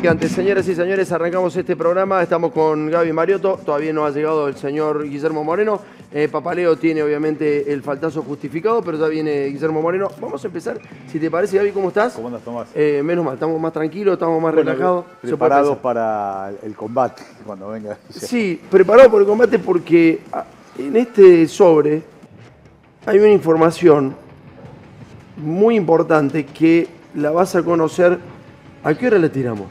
Gigantes. Señoras y señores, arrancamos este programa. Estamos con Gaby Mariotto. Todavía no ha llegado el señor Guillermo Moreno. Eh, Papaleo tiene obviamente el faltazo justificado, pero ya viene Guillermo Moreno. Vamos a empezar. Si te parece, Gaby, ¿cómo estás? ¿Cómo andas, Tomás? Eh, menos mal, estamos más tranquilos, estamos más Bueno, relajados. Se puede Preparados pensar. para el combate cuando venga. Sí, preparado por el combate porque ah, en este sobre hay una información muy importante que la vas a conocer. ¿A qué hora le tiramos?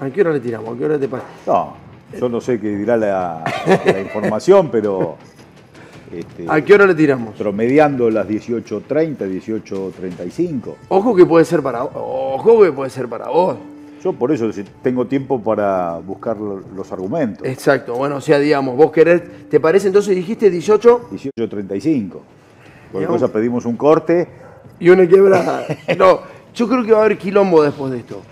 ¿A qué hora le tiramos? ¿A qué hora te pasa? No, yo no sé qué dirá la, la información, pero. este, ¿A qué hora le tiramos? Promediando las 18.30, 18.35. Ojo que puede ser para vos. Ojo que puede ser para vos. Yo por eso si tengo tiempo para buscar lo- los argumentos. Exacto. Bueno, o sea, digamos, vos querés. ¿Te parece entonces dijiste 18 18.35. Por Digamos- cosa pedimos un corte. y una quebrada? No, yo creo que va a haber quilombo después de esto.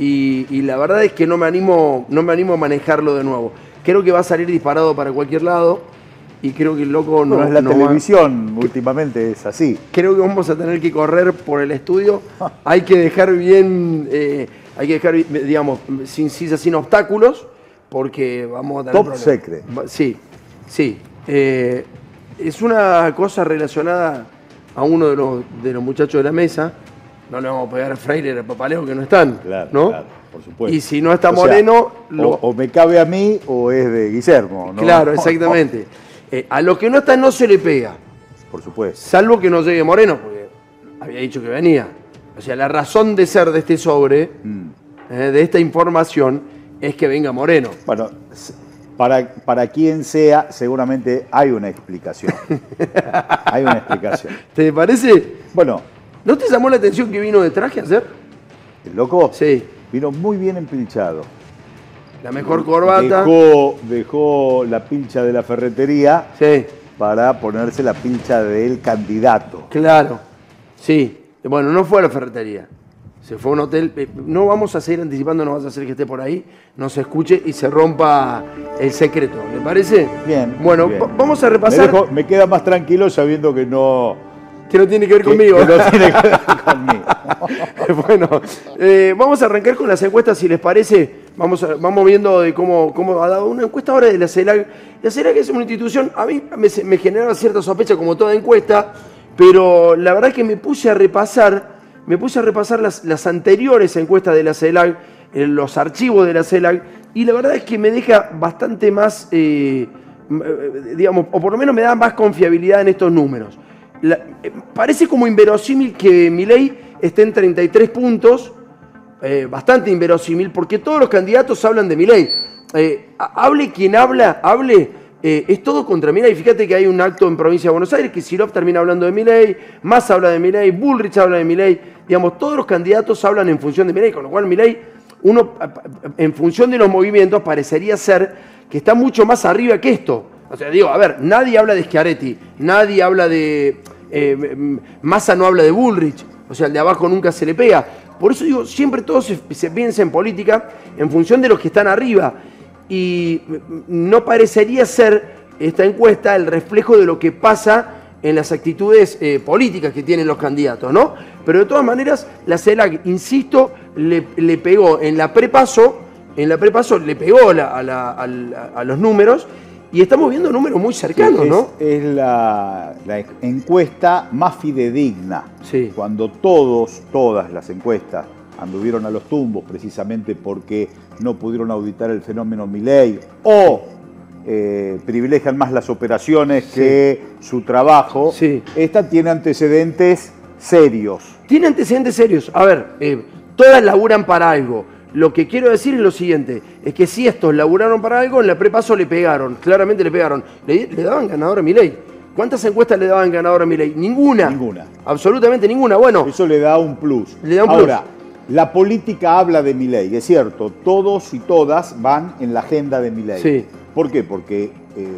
Y, y la verdad es que no me animo, no me animo a manejarlo de nuevo. Creo que va a salir disparado para cualquier lado. Y creo que el loco no, No, es la no va- televisión, últimamente es así. creo que vamos a tener que correr por el estudio. Hay que dejar bien, eh, hay que dejar, digamos, sin sillas, sin obstáculos, porque vamos a tener Top problemas. secret. Va- Sí, sí. Eh, es una cosa relacionada a uno de los, de los muchachos de la mesa. No le vamos a pegar a Freire y a Papaleo que no están, Claro, ¿no? claro, por supuesto. Y si no está O sea, Moreno, lo- o, o me cabe a mí o es de Guillermo. ¿no? claro, exactamente. Eh, a los que no están no se le pega. Por supuesto. Salvo que no llegue Moreno, porque había dicho que venía. O sea, la razón de ser de este sobre, Mm. eh, de esta información, es que venga Moreno. Bueno, s- para, para quien sea, seguramente hay una explicación. hay una explicación. ¿Te parece? Bueno, ¿No te llamó la atención que vino de traje ayer? el loco Sí. vino muy bien empilchado. La mejor corbata. Dejó, dejó la pilcha de la ferretería Sí, para ponerse la pilcha del candidato. claro. Sí. Bueno, no fue a la ferretería. Se fue a un hotel. Eh, No vamos a seguir anticipando, no vas a hacer que esté por ahí, no se escuche y se rompa el secreto. ¿Le parece? Bien. Bueno, bien. va- vamos a Me repasar dejo- Me, queda más tranquilo sabiendo que no, que no tiene que ver que- conmigo. que no tiene que ver conmigo. bueno, eh, vamos a arrancar con las encuestas, si les parece. Vamos, a- vamos viendo de cómo, cómo ha dado una encuesta ahora de la CELAC. La CELAC es una institución, a mí me, se- me generaba cierta sospecha como toda encuesta, pero la verdad que me puse a repasar, me puse a repasar las, las anteriores encuestas de la CELAC, eh, los archivos de la CELAC, y la verdad es que me deja bastante más, eh, m- eh, digamos, o por lo menos me da más confiabilidad en estos números. La- eh, parece como inverosímil que Milei esté en 33 puntos, eh, bastante inverosímil, porque todos los candidatos hablan de Milei. Eh, ha- hable quien habla, hable, eh, es todo contra Milei. Fíjate que hay un acto en provincia de Buenos Aires que Sirop termina hablando de Milei, Más habla de Milei, Bullrich habla de Milei. Digamos, todos los candidatos hablan en función de Milei, con lo cual Milei, uno, a- a- en función de los movimientos, parecería ser que está mucho más arriba que esto. O sea, digo, a ver, nadie habla de Schiaretti, nadie habla de. eh, m- Massa no habla de Bullrich, o sea, el de abajo nunca se le pega. Por eso digo, siempre todo se, se piensa en política en función de los que están arriba. Y m- m- no parecería ser esta encuesta el reflejo de lo que pasa en las actitudes eh, políticas que tienen los candidatos, ¿no? Pero de todas maneras, la CELAC, insisto, le, le pegó en la prepaso en la prepaso le pegó la- a, la- al- a los números y estamos viendo números muy cercanos, es, ¿no? es la, la encuesta más fidedigna. Sí. Cuando todos, todas las encuestas anduvieron a los tumbos precisamente porque no pudieron auditar el fenómeno Milei o eh, privilegian más las operaciones que su trabajo, Sí. esta tiene antecedentes serios. Tiene antecedentes serios. A ver, eh, todas laburan para algo. Lo que quiero decir es lo siguiente, es que si estos laburaron para algo, en la prepaso le pegaron, claramente le pegaron. Le, le daban ganador a Milei. ¿Cuántas encuestas le daban ganador a Milei? Ninguna. Ninguna. Absolutamente ninguna. Bueno, Eso le da un plus. Le da un plus. Ahora, la política habla de Milei, es cierto, todos y todas van en la agenda de Milei. Sí. ¿Por qué? Porque eh,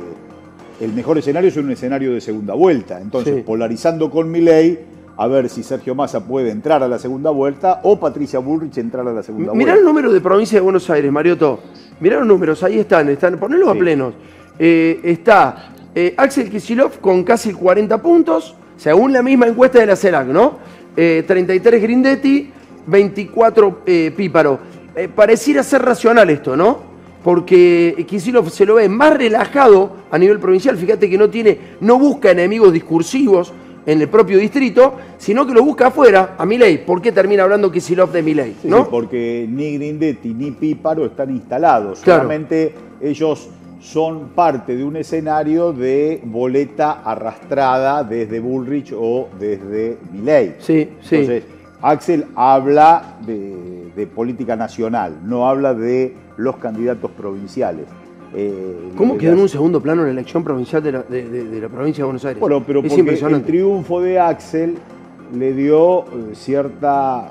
el mejor escenario es un escenario de segunda vuelta. Entonces, Sí. polarizando con Milei, a ver si Sergio Massa puede entrar a la segunda vuelta o Patricia Bullrich entrar a la segunda Mirá el vuelta. número de provincia de Buenos Aires, Mariotto. Mirá los números, ahí están, están ponelos Sí. a plenos. Eh, está eh, Axel Kisilov con casi 40 puntos, según la misma encuesta de la CELAC, ¿no? Eh, 33 Grindetti, 24 eh, Píparo. eh, pareciera ser racional esto, ¿no? Porque Kicillof se lo ve más relajado a nivel provincial. Fíjate que no tiene, no busca enemigos discursivos en el propio distrito, sino que lo busca afuera, a Milei. ¿Por qué termina hablando Kicillof de Milei? Sí, ¿no? sí, porque ni Grindetti ni Píparo están instalados. Claro. Solamente ellos son parte de un escenario de boleta arrastrada desde Bullrich o desde Milei. sí, sí. Entonces, Axel habla de, de política nacional, no habla de los candidatos provinciales. Eh, ¿Cómo de quedó en las- un segundo plano la elección provincial de la, de- de- de la provincia de Buenos Aires? Bueno, pero es porque el impresionante. triunfo de Axel le dio eh, cierta,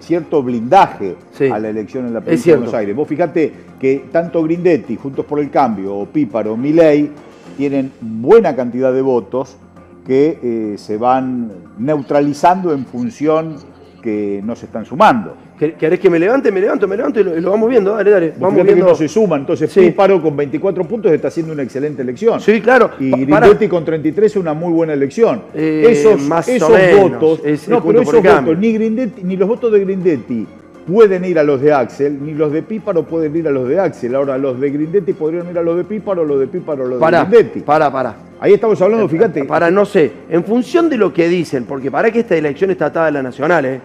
cierto blindaje Sí. a la elección en la provincia de cierto. Buenos Aires. Vos fijate que tanto Grindetti, Juntos por el Cambio, o Píparo, o Milei, tienen buena cantidad de votos que eh, se van neutralizando en función que no se están sumando. ¿Quer- ¿Querés que me levante? Me levanto, me levanto y lo, lo vamos viendo. Dale, dale. Vamos Vamos viendo. que no se suman, entonces Sí. Píparo con 24 puntos está haciendo una excelente elección. Sí, claro. Y Pa- Grindetti con 33 una muy buena elección. Eh, esos más o esos menos, votos, es- es no, pero Juntos por esos el Cambio. votos, ni Grindetti, ni los votos de Grindetti pueden ir a los de Axel, ni los de Píparo pueden ir a los de Axel. Ahora, los de Grindetti podrían ir a los de Píparo, los de Píparo, los de Pará, eh, Grindetti. pará, pará. Ahí estamos hablando, fíjate. Para, no sé. En función de lo que dicen, porque para que esta elección está atada a la nacional, ¿eh?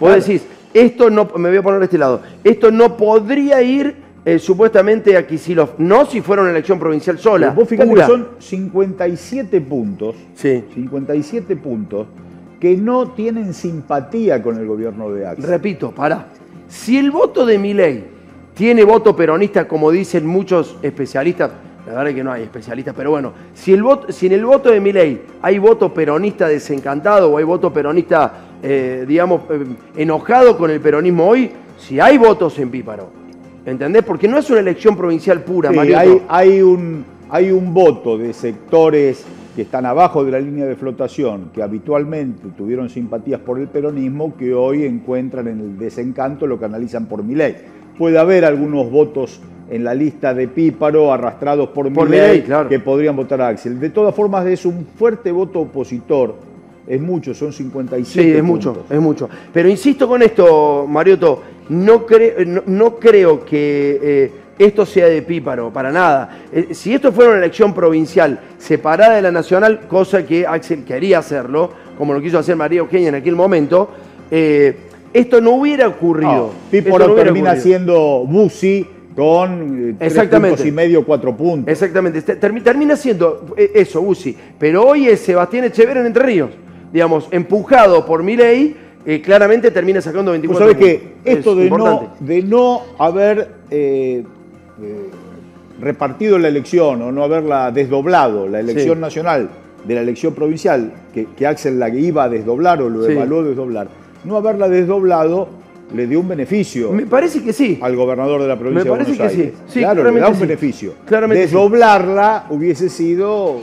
Vos Claro. decís, esto no, me voy a poner de este lado, esto no podría ir eh, supuestamente a Kisilov. No si fuera una elección provincial sola. Vos fijate pura. que son 57 puntos. Sí. 57 puntos que no tienen simpatía con el gobierno de Axel. Repito, pará. Si el voto de Milei tiene voto peronista, como dicen muchos especialistas, la verdad es que no hay especialistas, pero bueno, si, el voto, si en el voto de Milei hay voto peronista desencantado o hay voto peronista, eh, digamos, eh, enojado con el peronismo hoy, si hay votos en Píparo, ¿entendés? Porque no es una elección provincial pura, Sí, Mariotto. hay, hay un, hay un voto de sectores que están abajo de la línea de flotación, que habitualmente tuvieron simpatías por el peronismo, que hoy encuentran en el desencanto, lo canalizan por Milei. Puede haber algunos votos en la lista de Píparo arrastrados por, Por Milei Milei, claro. que podrían votar a Axel. De todas formas, es un fuerte voto opositor. Es mucho, son 57 Sí, es mucho, puntos. es mucho. Pero insisto con esto, Mariotto, no, cre- no, no creo que eh, esto sea de píparo, para nada. Eh, si esto fuera una elección provincial separada de la nacional, cosa que Axel quería hacerlo, como lo quiso hacer María Eugenia en aquel momento, eh, esto no hubiera ocurrido. No, Esto Ah, Píparo no hubiera termina ocurrido. siendo Busi con eh, tres Exactamente. puntos y medio, cuatro puntos. Exactamente, Te- termi- termina siendo eh, eso, Uzi. Pero hoy es Sebastián Echever en Entre Ríos. Digamos, empujado por Milei, eh, claramente termina sacando Vos 24 sabés Pues que puntos. esto Es de importante. no, de no haber eh, eh, repartido la elección o no haberla desdoblado, la elección Sí. nacional de la elección provincial, que, que Axel la iba a desdoblar o lo Sí. evaluó desdoblar, no haberla desdoblado le dio un beneficio Me parece que sí. al gobernador de la provincia Me parece de Buenos que Aires. sí. Sí, claro, le da claramente un sí. beneficio. Claramente sí. Desdoblarla hubiese sido eh,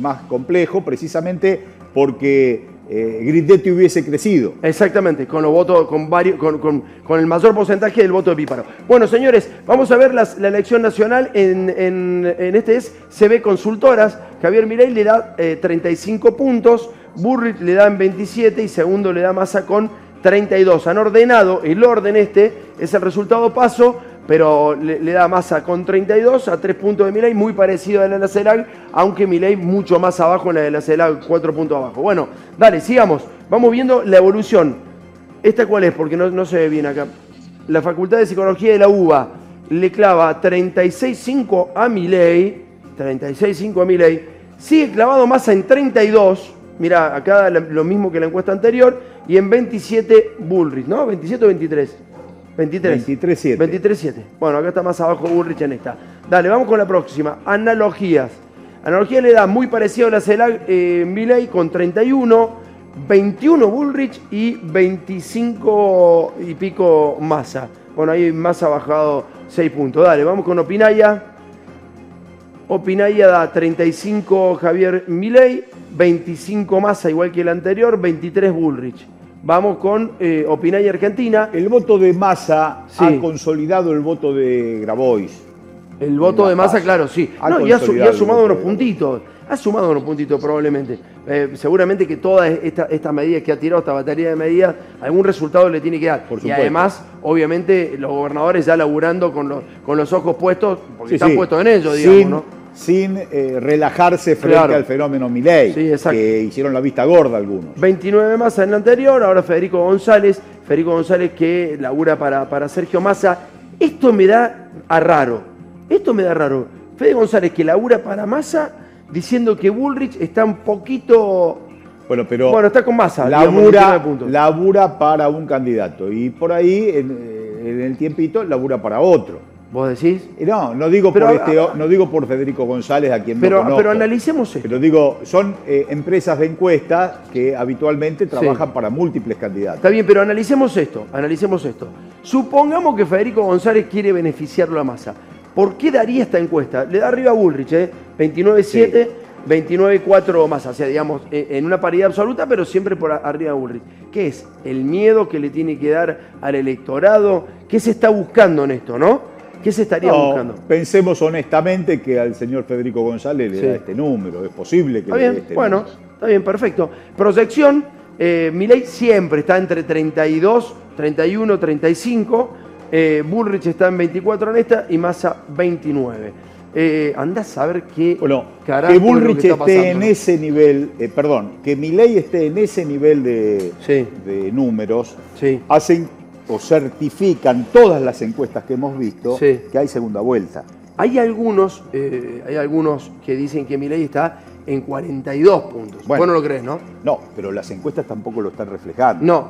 más complejo precisamente porque eh, Grindetti hubiese crecido. Exactamente, con los votos, con varios, con, con- con el mayor porcentaje del voto de Píparo. Bueno, señores, vamos a ver las- la elección nacional en, en- en este es CB Consultoras. Javier Milei le da eh, 35 puntos, Burrit le dan 27 y segundo le da Massa con 32. Han ordenado el orden este, es el resultado paso, pero le, le da Massa con 32 a 3 puntos de Milei, muy parecido a la de la CELAC, aunque Milei mucho más abajo en la de la CELAC, 4 puntos abajo. Bueno, dale, sigamos. Vamos viendo la evolución. ¿Esta cuál es? Porque no, no se ve bien acá. La Facultad de Psicología de la UBA le clava 36.5 a Milei, 36.5 a Milei, sigue clavado Massa en 32, mirá, acá la- lo mismo que la encuesta anterior, y en 27 Bullrich, ¿no? 27 o 23. 23. 23-7. 23.7. Bueno, acá está más abajo Bullrich en esta. Dale, vamos con la próxima. Analogías. Analogía le da muy parecido a la CELAC eh, Milei con 31, 21 Bullrich y 25 y pico Massa. Bueno, ahí Massa ha bajado 6 puntos. Dale, vamos con Opinaya. Opinaya da 35 Javier Milei, 25 Massa igual que el anterior, 23 Bullrich. Vamos con eh, Opinaya Argentina. El voto de Massa Sí. ha consolidado el voto de Grabois. El voto La de masa, Paz. claro, sí. Ha No, y ha, su- y ha consolidado el sumado voto unos de- puntitos. ha sumado unos puntitos probablemente. Eh, seguramente que todas estas estas medidas que ha tirado, esta batería de medidas, algún resultado le tiene que dar. Por y supuesto. además, obviamente, los gobernadores ya laburando con los, con los ojos puestos, porque Sí, están sí. puestos en ello, Sin- digamos, ¿no? Sin eh, relajarse frente Claro. al fenómeno Milei, Sí, exacto. que hicieron la vista gorda algunos. 29 Massa en la anterior, ahora Federico González, Federico González que labura para, para Sergio Massa. Esto me da a raro, esto me da raro. Fede González que labura para Massa diciendo que Bullrich está un poquito... Bueno, pero bueno, está con Massa, digamos, 19 labura, puntos. labura para un candidato y por ahí, en, eh, en el tiempito, labura para otro. ¿Vos decís? Y No, no digo, Pero, por este, ah, no digo por Federico González, a quien no Pero, conozco. pero analicemos esto. Pero digo, son eh, empresas de encuesta que habitualmente trabajan para múltiples candidatos. Está bien, pero analicemos esto, analicemos esto. Supongamos que Federico González quiere beneficiarlo a Massa. ¿Por qué daría esta encuesta? Le da arriba a Bullrich, ¿eh? 29-7, 29-4 Massa. O sea, digamos, eh, en una paridad absoluta, pero siempre por a- arriba de Bullrich. ¿Qué es? ¿El miedo que le tiene que dar al electorado? ¿Qué se está buscando en esto, no? ¿Qué se estaría No, buscando? pensemos honestamente que al señor Federico González le Sí. da este número. Es posible que Está le dé bien, este bueno, número. está bien, perfecto. Proyección, eh, Milei siempre está entre 32, 31, 35. eh, Bullrich está en 24 en esta y Massa 29. Eh, andás a ver qué Bueno, carajo que es lo Bullrich que esté está pasando, en ¿no? ese nivel, eh, perdón, que Milei esté en ese nivel de, Sí. de números, Sí. hacen o certifican todas las encuestas que hemos visto Sí. que hay segunda vuelta. Hay algunos, eh, hay algunos que dicen que Milei está en 42 puntos. Bueno. Bueno, no lo crees, ¿no? No, pero las encuestas tampoco lo están reflejando. No.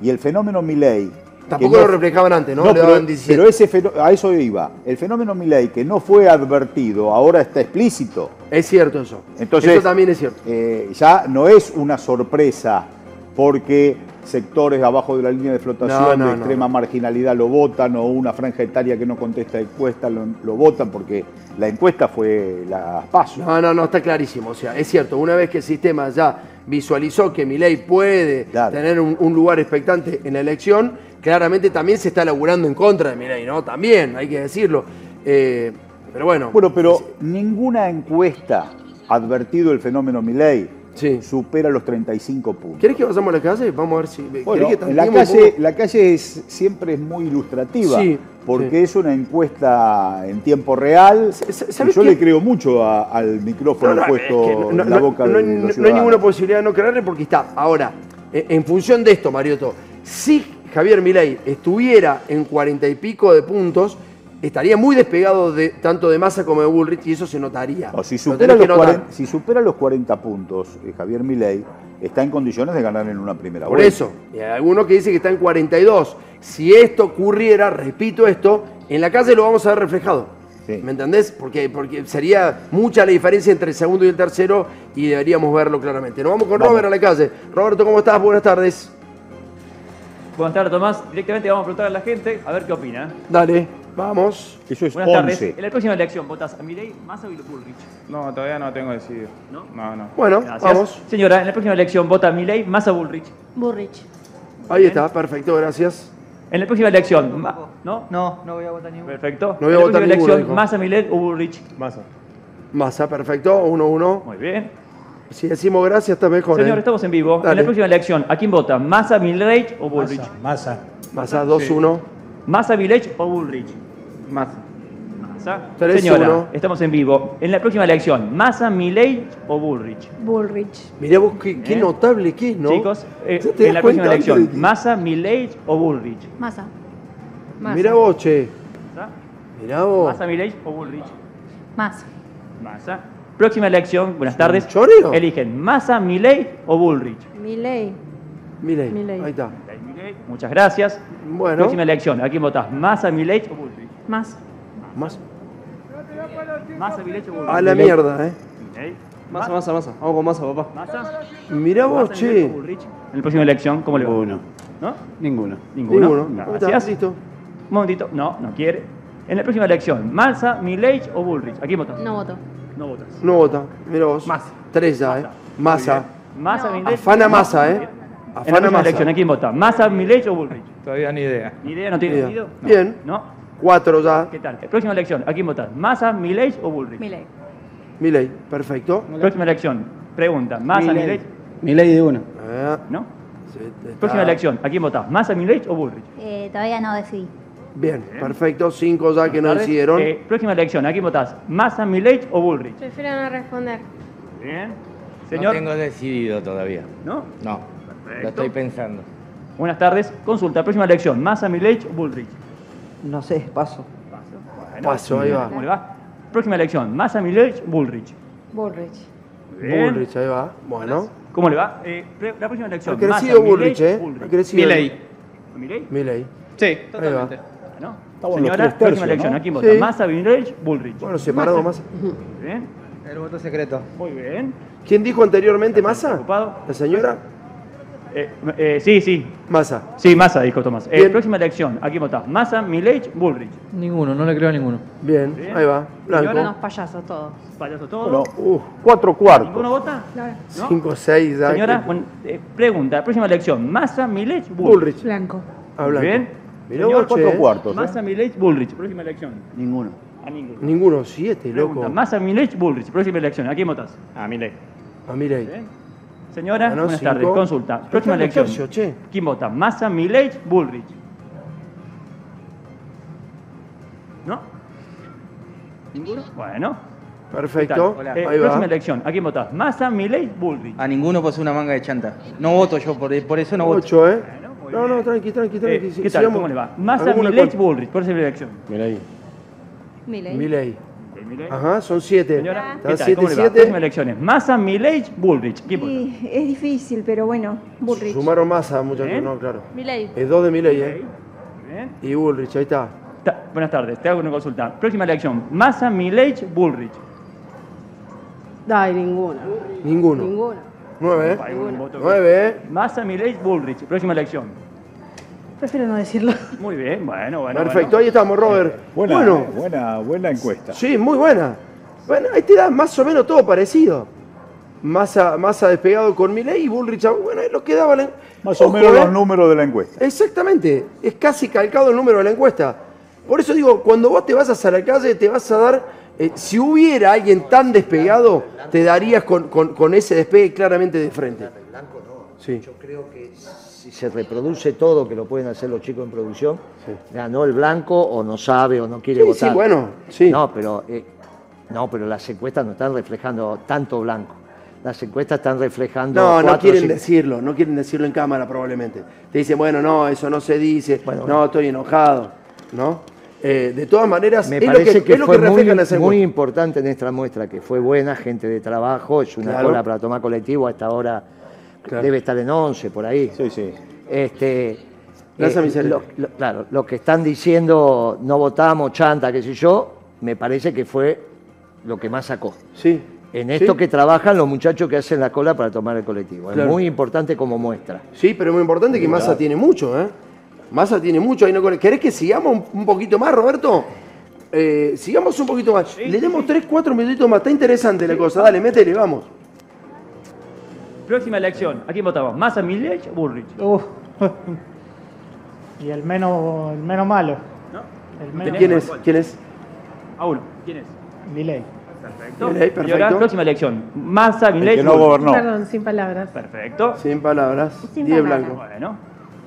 Y el fenómeno Milei... que Tampoco no- lo reflejaban antes, ¿no? No, Le pero, daban 17. pero ese fenó- a eso iba. El fenómeno Milei, que no fue advertido, ahora está explícito. Es cierto eso. Entonces, eso también es cierto. eh, ya no es una sorpresa porque sectores abajo de la línea de flotación No, no, de extrema marginalidad lo votan o una franja etaria que no contesta encuesta lo, lo votan porque la encuesta fue la paso. No, no, no, está clarísimo. O sea, es cierto, una vez que el sistema ya visualizó que Milei puede Claro. tener un, un lugar expectante en la elección, claramente también se está laburando en contra de Milei, ¿no? También, hay que decirlo. Eh, pero bueno. Bueno, pero ninguna encuesta advertido el fenómeno Milei Sí. supera los 35 puntos. ¿Querés que vayamos a la calle? Vamos a ver si. Bueno, ¿querés que la tanteemos un calle, poco? la calle es, siempre es muy ilustrativa, Sí, porque sí. es una encuesta en tiempo real. S- s- y ¿sabes yo qué? le creo mucho a- al micrófono No, no, puesto es que no- en no- la no- boca no de hay- los no hay ciudadanos. ninguna posibilidad de no creerle porque está. Ahora, e- en función de esto, Mariotto, si Javier Milei estuviera en cuarenta y pico de puntos, estaría muy despegado de, tanto de Massa como de Bullrich y eso se notaría. No, si, Lo supera tenés que los notar. 40, si supera los 40 puntos, eh, Javier Milei está en condiciones de ganar en una primera Por vuelta. eso, y hay algunos que dicen que está en 42. Si esto ocurriera, repito esto, en la calle lo vamos a ver reflejado. Sí. ¿Me entendés? Porque, porque sería mucha la diferencia entre el segundo y el tercero y deberíamos verlo claramente. Nos vamos con Vamos. Robert a la calle. Roberto, ¿cómo estás? Buenas tardes. Buenas tardes, Tomás. Directamente vamos a preguntar a la gente a ver qué opina. Dale, vamos. Eso es Buenas 11. tardes. En la próxima elección, ¿votas a Milei, Massa o Bullrich? No, todavía no tengo decidido. ¿No? No, no. Bueno, Gracias. vamos. Señora, en la próxima elección, ¿vota a Milei, Massa o Bullrich? Burrich. Ahí está, perfecto, gracias. En la próxima elección, ma- ¿no? No, no voy a votar ninguno. Perfecto. No voy a en la votar próxima ninguno, elección, dijo. ¿Massa, Milei o Bullrich? Masa. Massa, perfecto, 1-1. Uno, uno. Muy bien. Si decimos gracias, está mejor. Señor, ¿eh? estamos en vivo. En Dale. la próxima elección, ¿a quién vota? ¿Massa, Milei o Bullrich? Massa, 2-1. ¿Massa, Milei o Bullrich? Masa. Massa. Tres, Señora, uno. estamos en vivo. En la próxima elección, ¿Massa, Milei o Bullrich? Bullrich. Mirá vos qué, qué Bien. notable que es, ¿no? Chicos, eh, ¿Ya te das en cuenta la antes próxima de elección, que- ¿Massa, Milei o Bullrich? Massa. Mirá vos, che. ¿Massa? Mirá vos. ¿Massa Milei o Bullrich? Massa. Massa. Próxima elección, buenas tardes. choreo? Eligen Massa, Milei o Bullrich. Milei. Milei. Milei. Ahí está. Muchas gracias. Bueno, Próxima elección, ¿a quién votás? ¿Massa, Milei o Bullrich? Massa. más Massa, Milei o Bullrich. a la mierda, ¿eh? Milei. Masa, masa, masa. Vamos con masa, papá. Massa, Mirá vos, Massa, Milei o che. Bullrich. En la próxima elección, ¿cómo le va? Ninguno, ¿No? ninguno. Ninguno. Ninguno. Ahí está, Gracias. listo. Un momentito. No, no quiere. En la próxima elección, Massa, Milei o Bullrich. ¿A quién votás? No voto. No votas. No vota. Mirá vos. Massa. Tres ya, ¿eh? Massa. Massa, Milei. Afana Massa, ¿eh? En la Afana próxima Massa. elección, ¿a quién vota? ¿Massa, Milei o Bullrich? Todavía ni idea. ¿Ni idea? ¿No tiene Bien. sentido? No. Bien. ¿No? Cuatro ya. ¿Qué tal? Próxima elección, ¿a quién votás? ¿Massa, Milei o Bullrich? Milei. Milei, perfecto. Próxima elección. Pregunta. ¿Massa, Milei? Milei de uno. Ah, ¿No? se- está- Próxima elección. ¿A quién votás? ¿Massa, Milei o Bullrich? Eh, todavía no decidí. Bien, perfecto. Cinco ya que no ¿Sabes? decidieron. Eh, próxima elección. ¿A quién votás? ¿Massa, Milei o Bullrich? Prefiero no responder. Bien. Señor. No tengo decidido todavía. ¿No? No. Lo estoy pensando. Buenas tardes. Consulta. Próxima elección. ¿Massa, Milei o Bullrich? No sé, paso. Bueno, Paso, ahí va. ¿Cómo le va? Próxima elección. Massa, Milei, Bullrich. Bullrich. Bien. Bullrich, ahí va. Bueno. ¿Cómo le va? Eh, pre- la próxima Ha elección. crecido Massa, Milei, Bullrich, ¿eh? Ha crecido. Milei. ¿Milei? Milei. Sí, totalmente. totalmente. ¿No? Estamos en los Señora, tres tercios, próxima ¿no? elección. ¿A quién vota? Sí. Massa, Milei, Bullrich. Bueno, separado más. Muy bien. El voto secreto. Muy bien. ¿Quién dijo anteriormente Massa? Ocupado. ¿La señora? Eh, eh, sí, sí. Massa. Sí, Massa, dijo Tomás. Eh, Bien. próxima elección. ¿A quién votás? Massa, Milei, Bullrich. Ninguno, no le creo a ninguno. Bien, Bien. ahí va. Unos Blanco. payasos todos. Payaso todo. Bueno, cuatro cuartos. ¿Ninguno vota? ¿No? Cinco, seis, ya. Señora, que- bueno, eh, pregunta. Próxima elección. Massa, Milei, Bullrich. Bullrich. Blanco. Ah, blanco. Bien. Mirá Señor, vos, Cuatro che, ¿eh? cuartos. ¿eh? Massa, Milei, Bullrich. Próxima elección. Ninguno. A ninguno. Ninguno, siete, Pregunta. loco. Massa, Milei, Bullrich. Próxima elección. ¿A quién votás? A Milei. A Milei. Bien. Señora, Ganó buenas tardes. cinco. Este Consulta. Pero Próxima estamos tercio, elección. che. ¿Quién vota? Massa, Milei, Bullrich. ¿No? ¿Ninguno? Bueno. Perfecto. ¿Qué tal? Eh, Ahí próxima va. Ah, elección. ¿A quién votás? Massa, Milei, Bullrich. A ninguno pues una manga de chanta. No voto yo, por, por eso no voto. Ocho, ¿eh? Bueno, muy No, no, bien. tranqui, tranqui, Eh, tranqui. ¿Qué tal? sigamos. ¿Cómo le va? Massa, ¿Alguna Milei, cual- Bullrich. Próxima elección. Milei. Milei. Milei. Eh, Milei. Ajá, son siete. Señora, Está ¿qué tal? ¿Cómo le va? Ah. siete, Próxima siete. elección. Massa, Milei, Bullrich. ¿Quién vota? Sí, es difícil, pero bueno, Bullrich. Sumaron Massa, muchachos. ¿Eh? No, claro. Milei. Es dos de Milei, ¿eh? Milei. Bien. Y Bullrich, ahí está. Ta- Buenas tardes, te hago una consulta. Próxima elección. Massa, Milei, Bullrich. Dai, ninguna. Ninguno. Ninguna. Nueve, Hay ¿eh? un voto que- Nueve, ¿eh? Massa, Milei, Bullrich. Próxima elección. Prefiero no decirlo. Muy bien, bueno, bueno. Perfecto, ahí estamos, Robert. Buena, bueno, buena, buena encuesta. sí, muy buena. Bueno, ahí te da más o menos todo parecido. Massa, Massa despegado con Milei y Bullrich. Bueno, es lo que daba la- Más o Ojo, menos ¿eh? los números de la encuesta. Exactamente, es casi calcado el número de la encuesta. Por eso digo, cuando vos te vas hacia la calle, te vas a dar, eh, si hubiera alguien tan despegado, te darías con, con- con ese despegue claramente de frente. Sí. Yo creo que si se reproduce todo, que lo pueden hacer los chicos en producción, ganó el blanco o no sabe o no quiere Sí, votar. sí, bueno, sí. No, pero, eh, no, pero las encuestas no están reflejando tanto blanco. Las encuestas están reflejando. No, no cuatro, quieren cinco- decirlo, no quieren decirlo en cámara probablemente. Te dicen, bueno, no, eso no se dice, no, estoy enojado, ¿no? Eh, de todas maneras, Me es lo parece que, que, es lo fue que reflejan las muy, muy encuestas. importante en esta muestra, que fue buena, gente de trabajo, es una Claro. cola para tomar colectivo, hasta ahora Claro. debe estar en 11, por ahí. Sí, sí. Este, Plaza Miserere. lo- lo- claro, lo que están diciendo, no votamos, chanta, qué sé yo, me parece que fue lo que más sacó. Sí. En esto Sí. que trabajan los muchachos que hacen la cola para tomar el colectivo. Claro. Es muy importante como muestra. Sí, pero es muy importante que Massa tiene mucho, ¿eh? Massa tiene mucho. Ahí no con- ¿Querés que sigamos un- un poquito más, Roberto? Eh, sigamos un poquito más. Le demos 3, 4 minutitos más. Está interesante la cosa. Dale, métele, vamos. Próxima elección. ¿A quién votamos? ¿Massa, Milei, Bullrich? Y el menos, el menos malo. ¿No? El menos- ¿Quién es? ¿Quién es? A uno. ¿Quién es? Milei. Perfecto. Milei, perfecto. Señora, próxima elección. Massa, El Milei, que no Bullrich. gobernó. Perdón, sin palabras. Perfecto. Sin palabras. Sin 10 palabras. blanco. Bueno.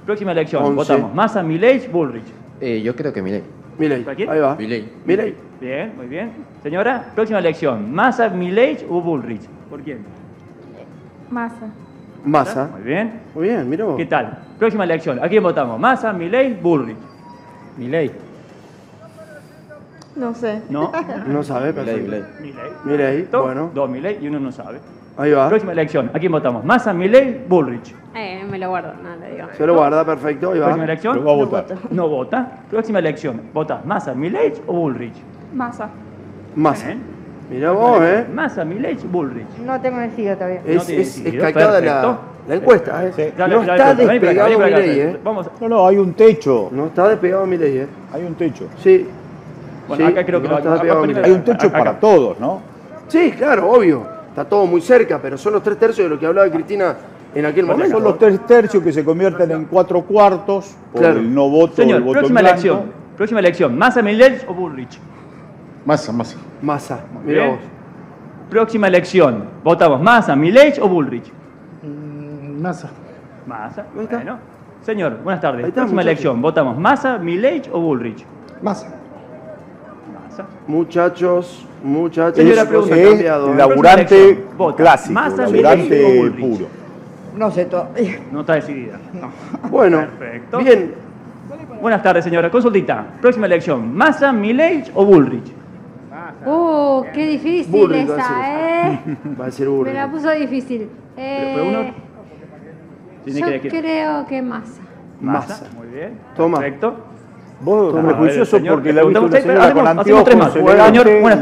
Próxima elección. Once. Votamos. Massa, Milei, Bullrich. Eh, yo creo que Milei. Milei. ¿Para quién? Ahí va. Milei. Milei. Bien, muy bien. Señora, próxima elección. Massa, Milei o Bullrich. ¿Por quién? Massa. Massa. Muy bien. Muy bien, mirá vos. ¿Qué tal? Próxima elección. ¿A quién votamos? Massa, Milei, Bullrich. Milei. No sé. No. No sabe, perfecto. Milei. Milei. Perfecto. Bueno, Dos Milei y uno no sabe. ahí va. Próxima elección. ¿A quién votamos? Massa, Milei, Bullrich. Eh, me lo guardo, no lo digo. Se lo guarda, perfecto. Ahí Próxima va. Lo elección. va a votar. No vota. Próxima elección. ¿Votas Massa, Milei o Bullrich? Massa. Massa. Bien. Mirá vos, ¿eh? Massa, Milei, Bullrich. No tengo decidido todavía. Eh, Es, tiene es- es sentido. calcada la, Perfecto. la encuesta, ¿eh? Ya No le- ya está le- vení para acá, despegado vení para acá. Milei, ¿eh? Vamos. No, no, hay un techo. No está despegado Milei, ¿eh? Hay un techo. Sí. Bueno, Sí, acá creo que no lo está despegado acá- Milei. Hay un techo Acá. para todos, ¿no? Sí, claro, obvio. Está todo muy cerca, pero son los tres tercios de lo que hablaba Cristina en aquel Bueno, momento. son los tres tercios que se convierten en cuatro cuartos por Claro. el no voto, el Señor, voto próxima en blanco. elección. Próxima elección. Massa, Milei o Bullrich. Massa, mirá Bien. vos. Próxima elección. ¿Votamos Massa, Milei o Bullrich? Masa. Massa. Bueno. Señor, buenas tardes. Ahí está, Próxima muchacho. elección. ¿Votamos Massa, Milei o Bullrich? Masa. Massa. Muchachos, muchachos. Señora, Las cosas pregunta. han cambiado, ¿eh? La- Próxima Laburante elección. Vota. clásico, Massa, Milei o laburante Bullrich. puro. No sé todavía. No está decidida. Bueno, Perfecto. bien. Buenas tardes, señora. Consultita. Próxima elección. ¿Massa, Milei o Bullrich? Uh, qué difícil Burro, iba a esa, ¿eh? Va a ser Me burro. la puso difícil. pero uno Eh, Tiene yo que elegir. creo que masa. Massa. Muy bien. Toma. Perfecto. Vos Toma, prejuicioso a ver, porque le la viste preguntamos una seis, pero señora con hacemos- hacemos tres más. anteojos, Señor, elegante buenas y-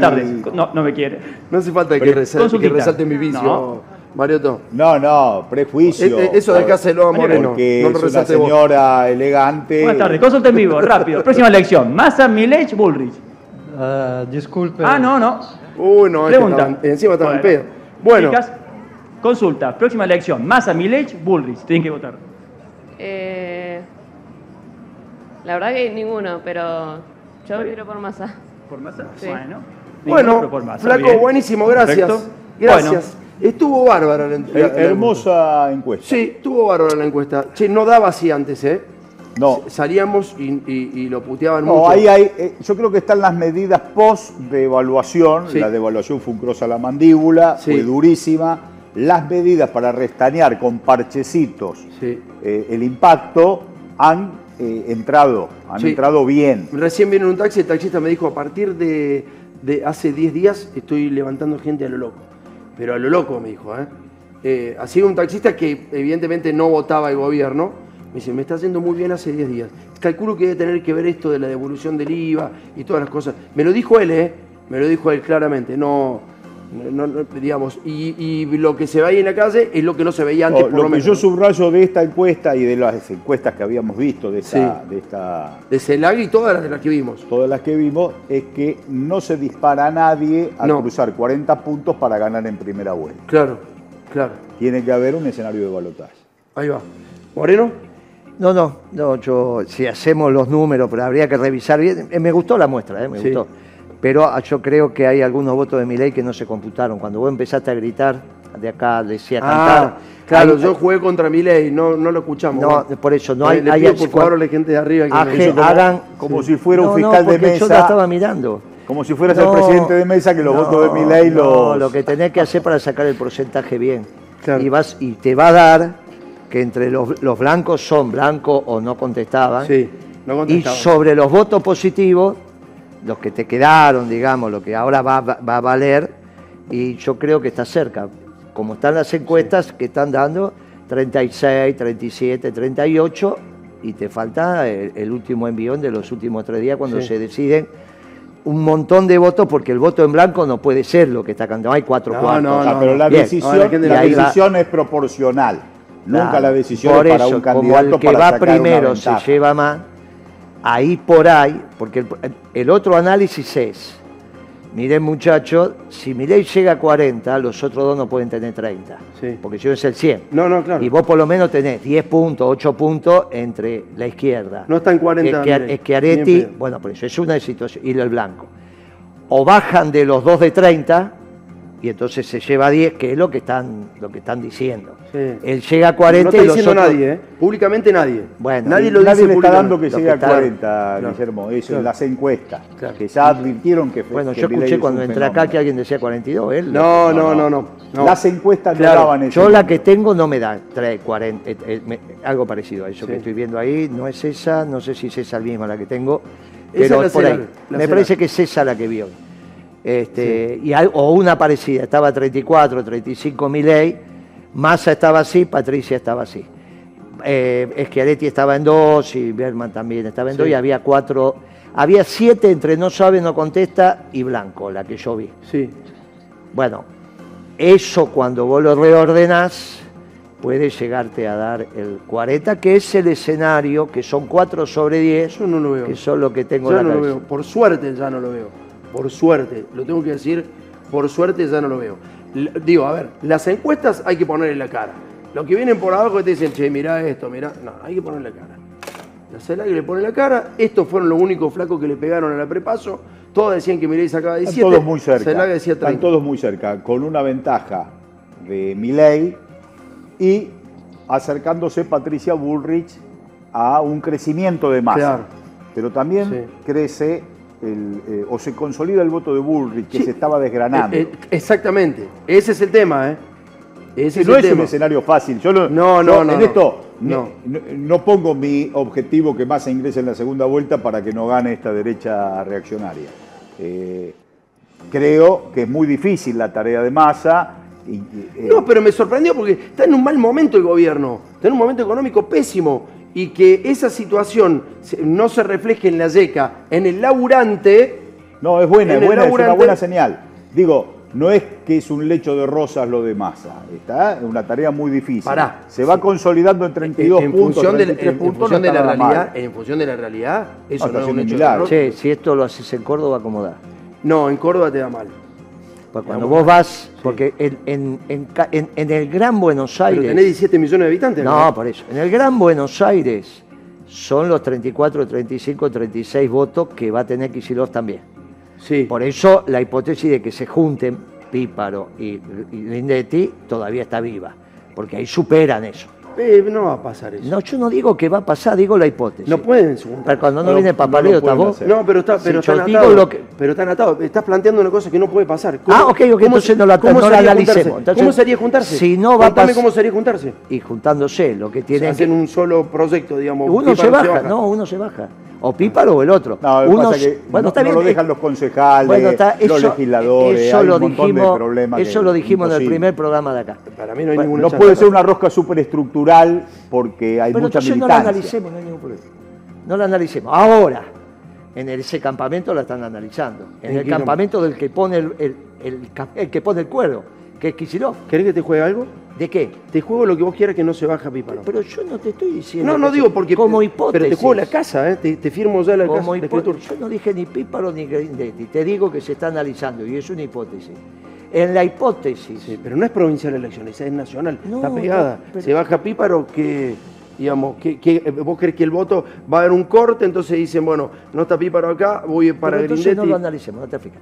tardes. No, no me quiere. No hace falta que, resalte, que consultita. resalte mi vicio, No. Marioto. No, no, Eh, prejuicio. eh, eso dejáselo a Moreno. Porque no lo es una resalte vos. señora elegante. Buenas tardes. Consulta en vivo, rápido. Próxima elección. Massa, Milei, Bullrich. disculpe. Ah, no, no. Uy, no, este Pregunta. está- encima está en Bueno. pedo. Bueno, Chicas, consulta. Próxima elección. Massa, Milei, Bullrich. Tienen que votar. Eh, la verdad que ninguno, pero yo me tiro por masa. Por Massa. Sí. Bueno. bueno Ninguno, por Massa. flaco, Bien. buenísimo, gracias. Perfecto. Gracias. Estuvo bárbara la, la- Her- la- Hermosa encuesta. Sí, estuvo bárbara la encuesta. Che, no daba así antes, ¿eh? No, Salíamos y, y- y lo puteaban No, mucho. ahí hay, eh, yo creo que están las medidas post de evaluación. Sí. La devaluación fue un cross a la mandíbula, Sí. fue durísima. Las medidas para restañar con parchecitos Sí. eh, el impacto han eh, entrado, han Sí. entrado bien. Recién vino en un taxi, el taxista me dijo, a partir de, de hace 10 días estoy levantando gente a lo loco. Pero a lo loco, me dijo. ¿eh? Eh, así un taxista que evidentemente no votaba el gobierno. Me dice, me está haciendo muy bien hace 10 días. Calculo que debe tener que ver esto de la devolución del IVA y todas las cosas. Me lo dijo él, ¿eh? Me lo dijo él claramente. No, no- no, digamos, y, y lo que se veía en la calle es lo que no se veía antes, No, por Oh, lo lo, que menos. yo subrayo de esta encuesta y de las encuestas que habíamos visto, de esta, de esta De Celag y todas las de las que vimos. todas las que vimos, es que no se dispara a nadie a No. cruzar 40 puntos para ganar en primera vuelta. Claro, claro. Tiene que haber un escenario de balotaje. Ahí va. Moreno. No, no, no, yo, si hacemos los números, pero habría que revisar bien. Eh, Me gustó la muestra, eh, me Sí. gustó. Pero ah, yo creo que hay algunos votos de mi ley que no se computaron. Cuando vos empezaste a gritar, de acá decía Ah, cantar. claro, Ahí- yo jugué contra Milei, no, no lo escuchamos. No, Bueno. por eso no Eh, hay. Le hay pido, por favor, a la gente de arriba que Aje- me- como- hagan- como si fuera un No, no, fiscal de porque Yo mesa. la estaba mirando. Como si fueras el presidente de mesa que los no, votos de Milei no, los- lo que tenés que hacer para sacar el porcentaje bien. Claro. Y, vas, y te va a dar que entre los, los blancos son blancos o no contestaban. Sí, no ¿eh? Y contestaba. sobre los votos positivos, los que te quedaron, digamos, lo que ahora va, va- va a valer, y yo creo que está cerca. Como están las encuestas que están dando, 36, 37, 38, y te falta el, el último envión de los últimos tres días cuando Sí. se deciden un montón de votos, porque el voto en blanco no puede ser lo que está cantando. Hay cuatro No, cuartos. no, Ah, no. pero la Bien. decisión, No, la gente la ahí va. decisión es proporcional. Nunca Claro. la decisión Por es para eso, un candidato como el que para va sacar una primero se ventaja. lleva más, ahí por ahí, porque el, el otro análisis es, miren muchachos, si mi ley llega a 40, los otros dos no pueden tener 30, Sí. porque si no es el 100. No, no, claro. Y vos por lo menos tenés 10 puntos, 8 puntos entre la izquierda. No está en 40 Es que, Milei. es que Areti- Ni en pedo. bueno, por eso es una situación, y el blanco. O bajan de los 2 de 30 y entonces se lleva 10, que es lo que están, lo que están diciendo. Sí. Él llega a no 40 está y los diciendo otros- nadie, ¿eh? Públicamente nadie. Bueno, nadie y lo Nadie dice le está públicamente. dando que lo llegue que a está- 40, claro. Guillermo. Eso Claro. en las encuestas. Claro. Que ya advirtieron que Bueno, que yo Milei es escuché un cuando entré acá fenómeno. que alguien decía 42, él. No, no, no, no. no. Las encuestas Claro. no daban eso. Yo la que tengo no me da tres, 40, eh, eh, me- algo parecido a eso Sí. que estoy viendo ahí. No es esa, no sé si es esa misma la que tengo, Esa pero es la por Celar, ahí. la Me Celar. parece que es esa la que vio. Este, y hay- o una parecida, estaba 34, 35 Milei, Massa estaba así, Patricia estaba así. Eh, Schiaretti estaba en dos y Berman también estaba en dos y había cuatro, había siete entre no sabe, no contesta y Blanco, la que yo vi. Sí. Bueno, eso cuando vos lo reordenás puede llegarte a dar el 40, que es el escenario, que son 4 sobre 10, Yo no lo veo. que son lo que tengo en ya la no lo cabeza. veo. Por suerte ya no lo veo. Por suerte, lo tengo que decir, por suerte ya no lo veo. L- digo, a ver, las encuestas hay que ponerle la cara. Los que vienen por abajo que te dicen, che, mirá esto, mirá. No, hay que ponerle la cara. La CELAC le pone la cara. Estos fueron los únicos flacos que le pegaron a la prepaso. Todos decían que Milei sacaba 17. Están todos muy cerca. Zelaya decía 30. Están todos muy cerca, con una ventaja de Milei y acercándose Patricia Bullrich a un crecimiento de masa. Claro. Pero también crece el, eh, o se consolida el voto de Bullrich, que se estaba desgranando. Eh, eh, exactamente. Ese es el tema, ¿eh? Ese no el es tema. un escenario fácil. Yo lo- No, no, yo no, En no. esto No. no. no- no pongo mi objetivo que Massa ingrese en la segunda vuelta para que no gane esta derecha reaccionaria. Eh, creo que es muy difícil la tarea de Massa. y- y- eh, No, pero me sorprendió porque está en un mal momento el gobierno, está en un momento económico pésimo y que esa situación se- no se refleje en la yeca, en el laburante, no, es buena, en es el buena, es una laburante- buena señal. Digo, no es que es un lecho de rosas lo de Massa. Está en una tarea muy difícil. Pará. Se va consolidando en en, 32 este, en puntos. función de la, 33 en- en puntos, no función de está la nada mal. realidad, en función de la realidad, Ah, eso No, no, está es un haciendo hecho. de milagros. error. Che, si esto lo haces en Córdoba, ¿cómo da? No, en Córdoba te da mal. Porque cuando vos vas, porque en, en- en ca- en- en el Gran Buenos Pero Aires... tenés 17 millones de habitantes. No, por eso. En el Gran Buenos Aires son los 34, 35, 36 votos que va a tener Kicillof también. Sí. Por eso la hipótesis de que se junten Píparo y, y Lindetti todavía está viva, porque ahí superan eso. Eh, no va a pasar eso. No, yo no digo que va a pasar, digo la hipótesis. No pueden según- Pero cuando no, No lo- viene no lo papaleo, ¿estás pueden vos? hacer. No, pero, está, Si pero yo están digo atados. lo que- Pero están atados. Estás planteando una cosa que no puede pasar. ¿Cómo- Ah, ok, ok, cómo entonces se- no la- ¿Cómo no la sería analicemos. juntarse? Entonces, ¿Cómo sería juntarse? si no va a Contame pas- cómo sería juntarse. Y juntándose, lo que tienen Hacen un solo proyecto, digamos. Uno Píparo se baja, no, uno se baja. O Píparo o el otro. No, lo que uno pasa es se- que no- no lo dejan los concejales, los legisladores, eh, Eso hay lo un montón de dijimos, problemas eso que- lo dijimos en el imposible. primer programa de acá. Para mí no hay Bueno, ninguna no chance. puede ser una rosca superestructural porque hay Pero mucha entonces no militancia. la analicemos, no hay ningún problema. No la analicemos. Ahora, en ese campamento la están analizando. En ¿En el qué campamento del que pone el, el- el ca- el que pone el cuerdo, que es Kicillof. ¿Querés que te juegue algo? ¿De qué? Te juego lo que vos quieras que no se baja Píparo. Pero yo no te estoy diciendo. No, no que- digo porque. Como hipótesis. Pero te juego la casa, ¿eh? Te, te firmo ya la casa. Como la hipo- escritura. Yo no dije ni Píparo ni Grindetti, te digo que se está analizando y es una hipótesis. En la hipótesis, Sí, pero no es provincial la elección, esa es nacional. No, está pegada. pero- Se baja Píparo que. Digamos, que, que- eh, vos crees que el voto va a haber un corte, entonces dicen, bueno, no está Píparo acá, voy para pero entonces Grindetti. no lo analicemos, no te fijas.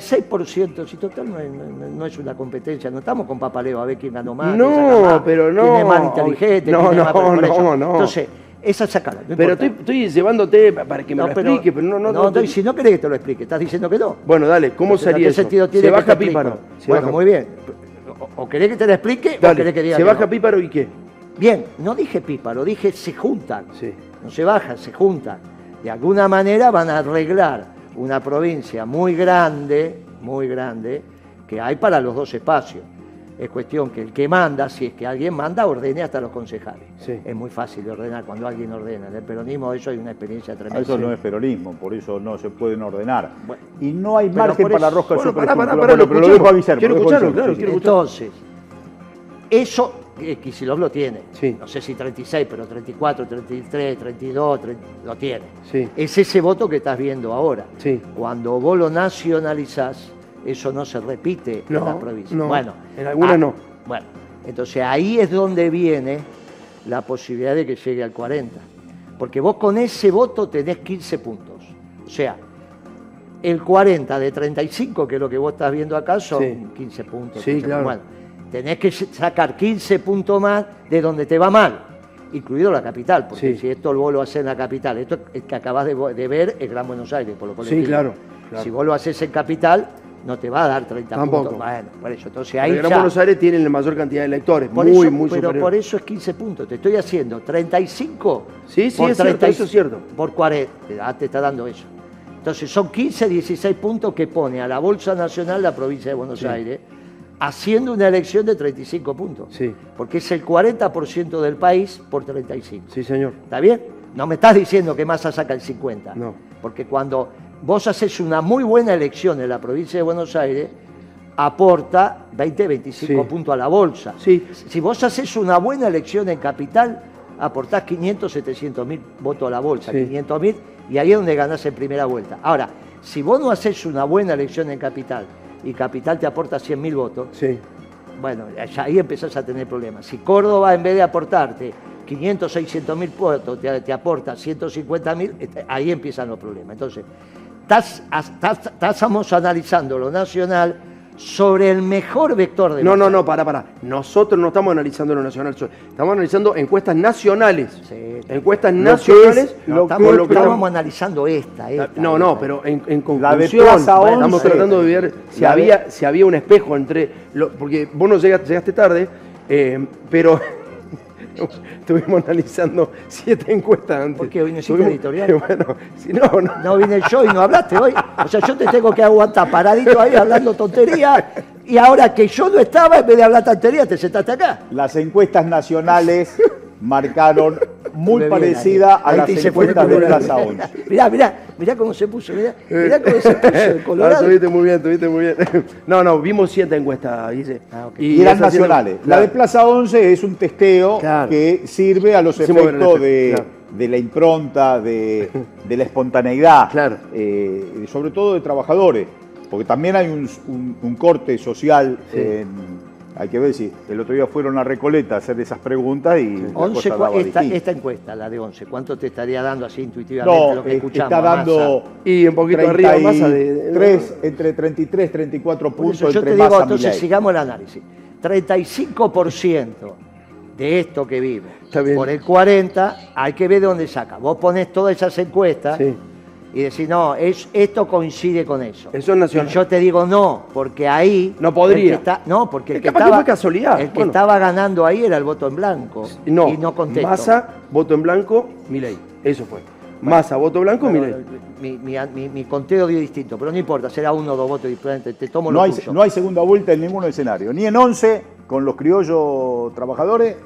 36%, si total no, es- no- no es una competencia, no estamos con papaleo a ver quién ganó más. No, quién saca más, pero no. Quién es más inteligente, No, quién es no, más- por no, eso. no. Entonces, esa sacada. pero estoy, estoy llevándote pa- para que me lo explique, pero no, no, no te- y si no querés que te lo explique, estás diciendo que no. Bueno, dale, ¿cómo Entonces, ¿a sería qué eso? sentido tiene se que te baja explique? Píparo. se bueno, baja- muy bien. O, o querés que te lo explique o Dale, querés que diga se que baja no. Píparo y qué? Bien, no dije píparo, dije se juntan. Sí. No se bajan, se juntan. De alguna manera van a arreglar una provincia muy grande, muy grande, que hay para los dos espacios. Es cuestión que el que manda, si es que alguien manda, ordene hasta los concejales. Sí. Es muy fácil de ordenar cuando alguien ordena. En el peronismo de eso hay una experiencia Ah, tremenda. Eso no es peronismo, por eso no se pueden ordenar. y no hay Pero margen por para eso- rosca Bueno, pará, pará, superestructural. pará, lo Bueno, pero lo escuchamos. dejo a Guillermo, Quiero lo dejo a escucharlo, Guillermo, claro, sí, quiero sí. escuchar. Entonces, eso eh, Kicillof lo tiene. Sí. No sé si 36, pero 34, 33, 32, 30, lo tiene. Sí. Es ese voto que estás viendo ahora. Sí. Cuando vos lo nacionalizás, eso no se repite en No, la provincia. no. Bueno, ah, En algunas no. Bueno, entonces ahí es donde viene la posibilidad de que llegue al 40. Porque vos con ese voto tenés 15 puntos. O sea, el 40 de 35, que es lo que vos estás viendo acá, son Sí. 15 puntos. Sí, 15 claro. puntos. Bueno, tenés que sacar 15 puntos más de donde te va mal, incluido la capital, porque Sí. si esto vos lo haces en la capital, esto es que acabas de, vo- de ver es Gran Buenos Aires, por lo colectivo. claro, claro. Si vos lo haces en capital, no te va a dar 30 Tampoco. puntos. Bueno, por eso, entonces Pero ahí Gran ya- Buenos Aires tiene la mayor cantidad de electores, por muy, eso- muy pero superior. por eso es 15 puntos. Te estoy haciendo 35 Sí, sí, por es cierto, eso es cierto. Por 40. Ah, te está dando eso. Entonces son 15, 16 puntos que pone a la Bolsa Nacional la provincia de Buenos Aires haciendo una elección de 35 puntos. Sí. Porque es el 40% del país por 35. Sí, señor. ¿Está bien? No me estás diciendo que Massa saca el 50. No. Porque cuando vos haces una muy buena elección en la provincia de Buenos Aires, aporta 20, 25 Sí. puntos a la bolsa. Sí. Si vos haces una buena elección en capital, aportás 500, 700 mil votos a la bolsa, Sí. 500 mil, y ahí es donde ganás en primera vuelta. Ahora, si vos no haces una buena elección en capital y capital te aporta 100 mil votos, Sí. bueno, ya ahí empezás a tener problemas. Si Córdoba, en vez de aportarte 500, este, 600 mil puestos, te, te aporta 150 mil, ahí empiezan los problemas. Entonces, estás- estás- estábamos analizando lo nacional sobre el mejor vector de No, no, no, para, para. Nosotros no estamos analizando lo nacional, solo- estamos analizando encuestas nacionales. Encuestas Lo que es- nacionales. no, con estamos, lo que- estábamos analizando esta, esta. No, no, pero en, en conclusión, de Plaza bueno, 11. estamos tratando de ver si La de- había, si había un espejo entre. lo- porque vos no llegaste, llegaste tarde, eh, pero estuvimos analizando siete encuestas antes. Porque hoy no hiciste editorial? Bueno, si no, no. No vine yo y no hablaste hoy. O sea, yo te tengo que aguantar paradito ahí hablando tontería. Y ahora que yo no estaba, en vez de hablar tontería, te sentaste acá. Las encuestas nacionales marcaron muy Estuve bien parecida ahí. a Ahí las te hice poner encuestas de Eh. colorado. Plaza 11. Mirá, mirá, mirá cómo se puso, mirá, mirá cómo se puso el Ah, colorado. estuviste muy bien, estuviste muy bien. No, no, vimos siete encuestas, Guille. Ah, Y, eran esas siete- nacionales. La Claro. de Plaza 11 es un testeo que sirve a los Hicimos ver el efectos efecto, de, claro. de la impronta, de, de la espontaneidad, eh, y sobre todo de trabajadores, porque también hay un, un- un corte social. Sí. en- hay que ver si el otro día fueron a Recoleta a hacer esas preguntas y la 11, cosa cua- daba esta, distinto. esta encuesta, la de 11, ¿cuánto te estaría dando así intuitivamente No, lo eh, que escuchamos? está dando Massa? Y un poquito arriba, Massa, de- de- 33, entre 33, 34 Por puntos eso yo entre te digo, Massa, entonces Milei. sigamos el análisis. 35% de esto que vimos, por el 40, hay que ver de dónde saca. Vos pones todas esas encuestas y decís, no, es, esto coincide con eso. Eso es nacional. Y yo te digo no, porque ahí... No podría. el que está- no, porque el Eh, que, capaz que estaba, fue casualidad. el que Bueno. estaba ganando ahí era el voto en blanco. No, y no contesto. Massa, voto en blanco, Milei. Eso fue. Massa, voto blanco, Milei. Mi, mi- mi- mi conteo dio distinto, pero no importa, será uno o dos votos diferentes, te tomo No lo hay, tuyo. no hay segunda vuelta en ningún escenario, ni en 11 con los criollos trabajadores,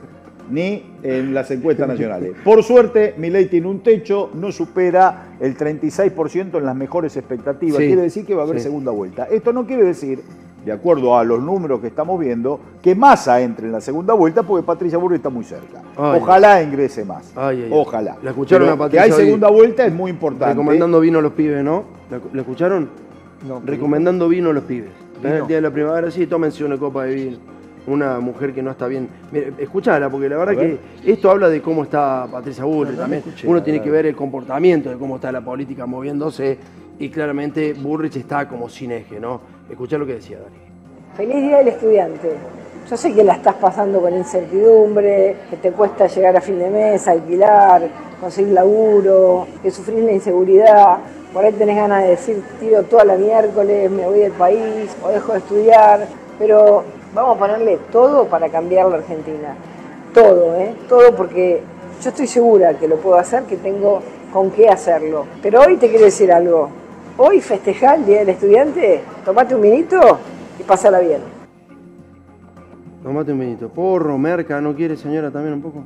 ni en las encuestas nacionales. Por suerte, Milei tiene un techo, no supera el 36% en las mejores expectativas. Sí. Quiere decir que va a haber Sí. segunda vuelta. Esto no quiere decir, de acuerdo a los números que estamos viendo, que Massa entre en la segunda vuelta porque Patricia Burri está muy cerca. Ay. Ojalá ingrese más. Ay, ay, ay. Ojalá. La escucharon Pero a Patricia Que hay hoy. segunda vuelta es muy importante. Recomendando vino a los pibes, ¿no? ¿La, la escucharon? No, Recomendando vino a los pibes. Vino. El día de la primavera, sí, tómense una copa de vino. Una mujer que no está bien. Mire, escuchala, porque la verdad A ver. que esto habla de cómo está Patricia Burri no también. la escuché, Uno la tiene verdad. que ver el comportamiento de cómo está la política moviéndose. Y claramente Burrich está como sin eje, ¿no? Escuchá lo que decía Dani. Feliz Día del Estudiante. Yo sé que la estás pasando con incertidumbre, que te cuesta llegar a fin de mes, alquilar, conseguir laburo, que sufrís la inseguridad. Por ahí tenés ganas de decir, tiro toda la miércoles, me voy del país o dejo de estudiar. Pero vamos a ponerle todo para cambiar la Argentina. Todo, ¿eh? Todo porque yo estoy segura que lo puedo hacer, que tengo con qué hacerlo. Pero hoy te quiero decir algo. Hoy festejar el Día del Estudiante, tomate un minito y pasala bien. Tomate un vinito. Porro, merca, ¿no quiere señora también un poco?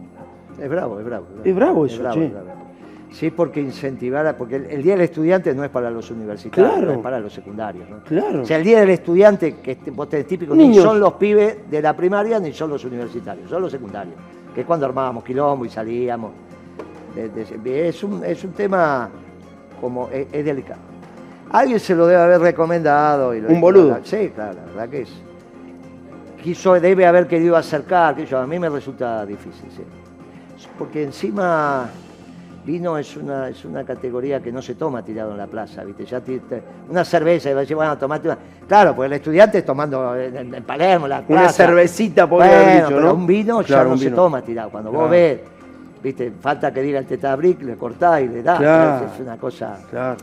Es bravo, es bravo. Es bravo eso, che. Sí, porque incentivar, a- porque el, el Día del Estudiante no es para los universitarios, Claro. es para los secundarios. ¿no? Claro. O sea, el Día del Estudiante, que este- vos tenés típico, ni Niños. son los pibes de la primaria, ni son los universitarios, son los secundarios, que es cuando armábamos quilombo y salíamos. De- de- es, un, es un tema como, es, es delicado. Alguien se lo debe haber recomendado. Y lo Un dijo, boludo. la- Sí, claro, la verdad que es. Quiso, debe haber querido acercar, que yo, a mí me resulta difícil, sí. Porque encima vino es una, es una categoría que no se toma tirado en la plaza, ¿viste? Ya ti- te- una cerveza, y va a decir, bueno, tomate una. Claro, pues el estudiante es tomando en, en- en Palermo, en la Una plaza. cervecita, podría bueno, haber dicho, pero ¿no? un vino ya Claro, no un se vino. toma tirado. Cuando vos Claro. ves, ¿viste? Falta que diga el tetabric, le cortás y le das. Claro. Es una cosa. Claro.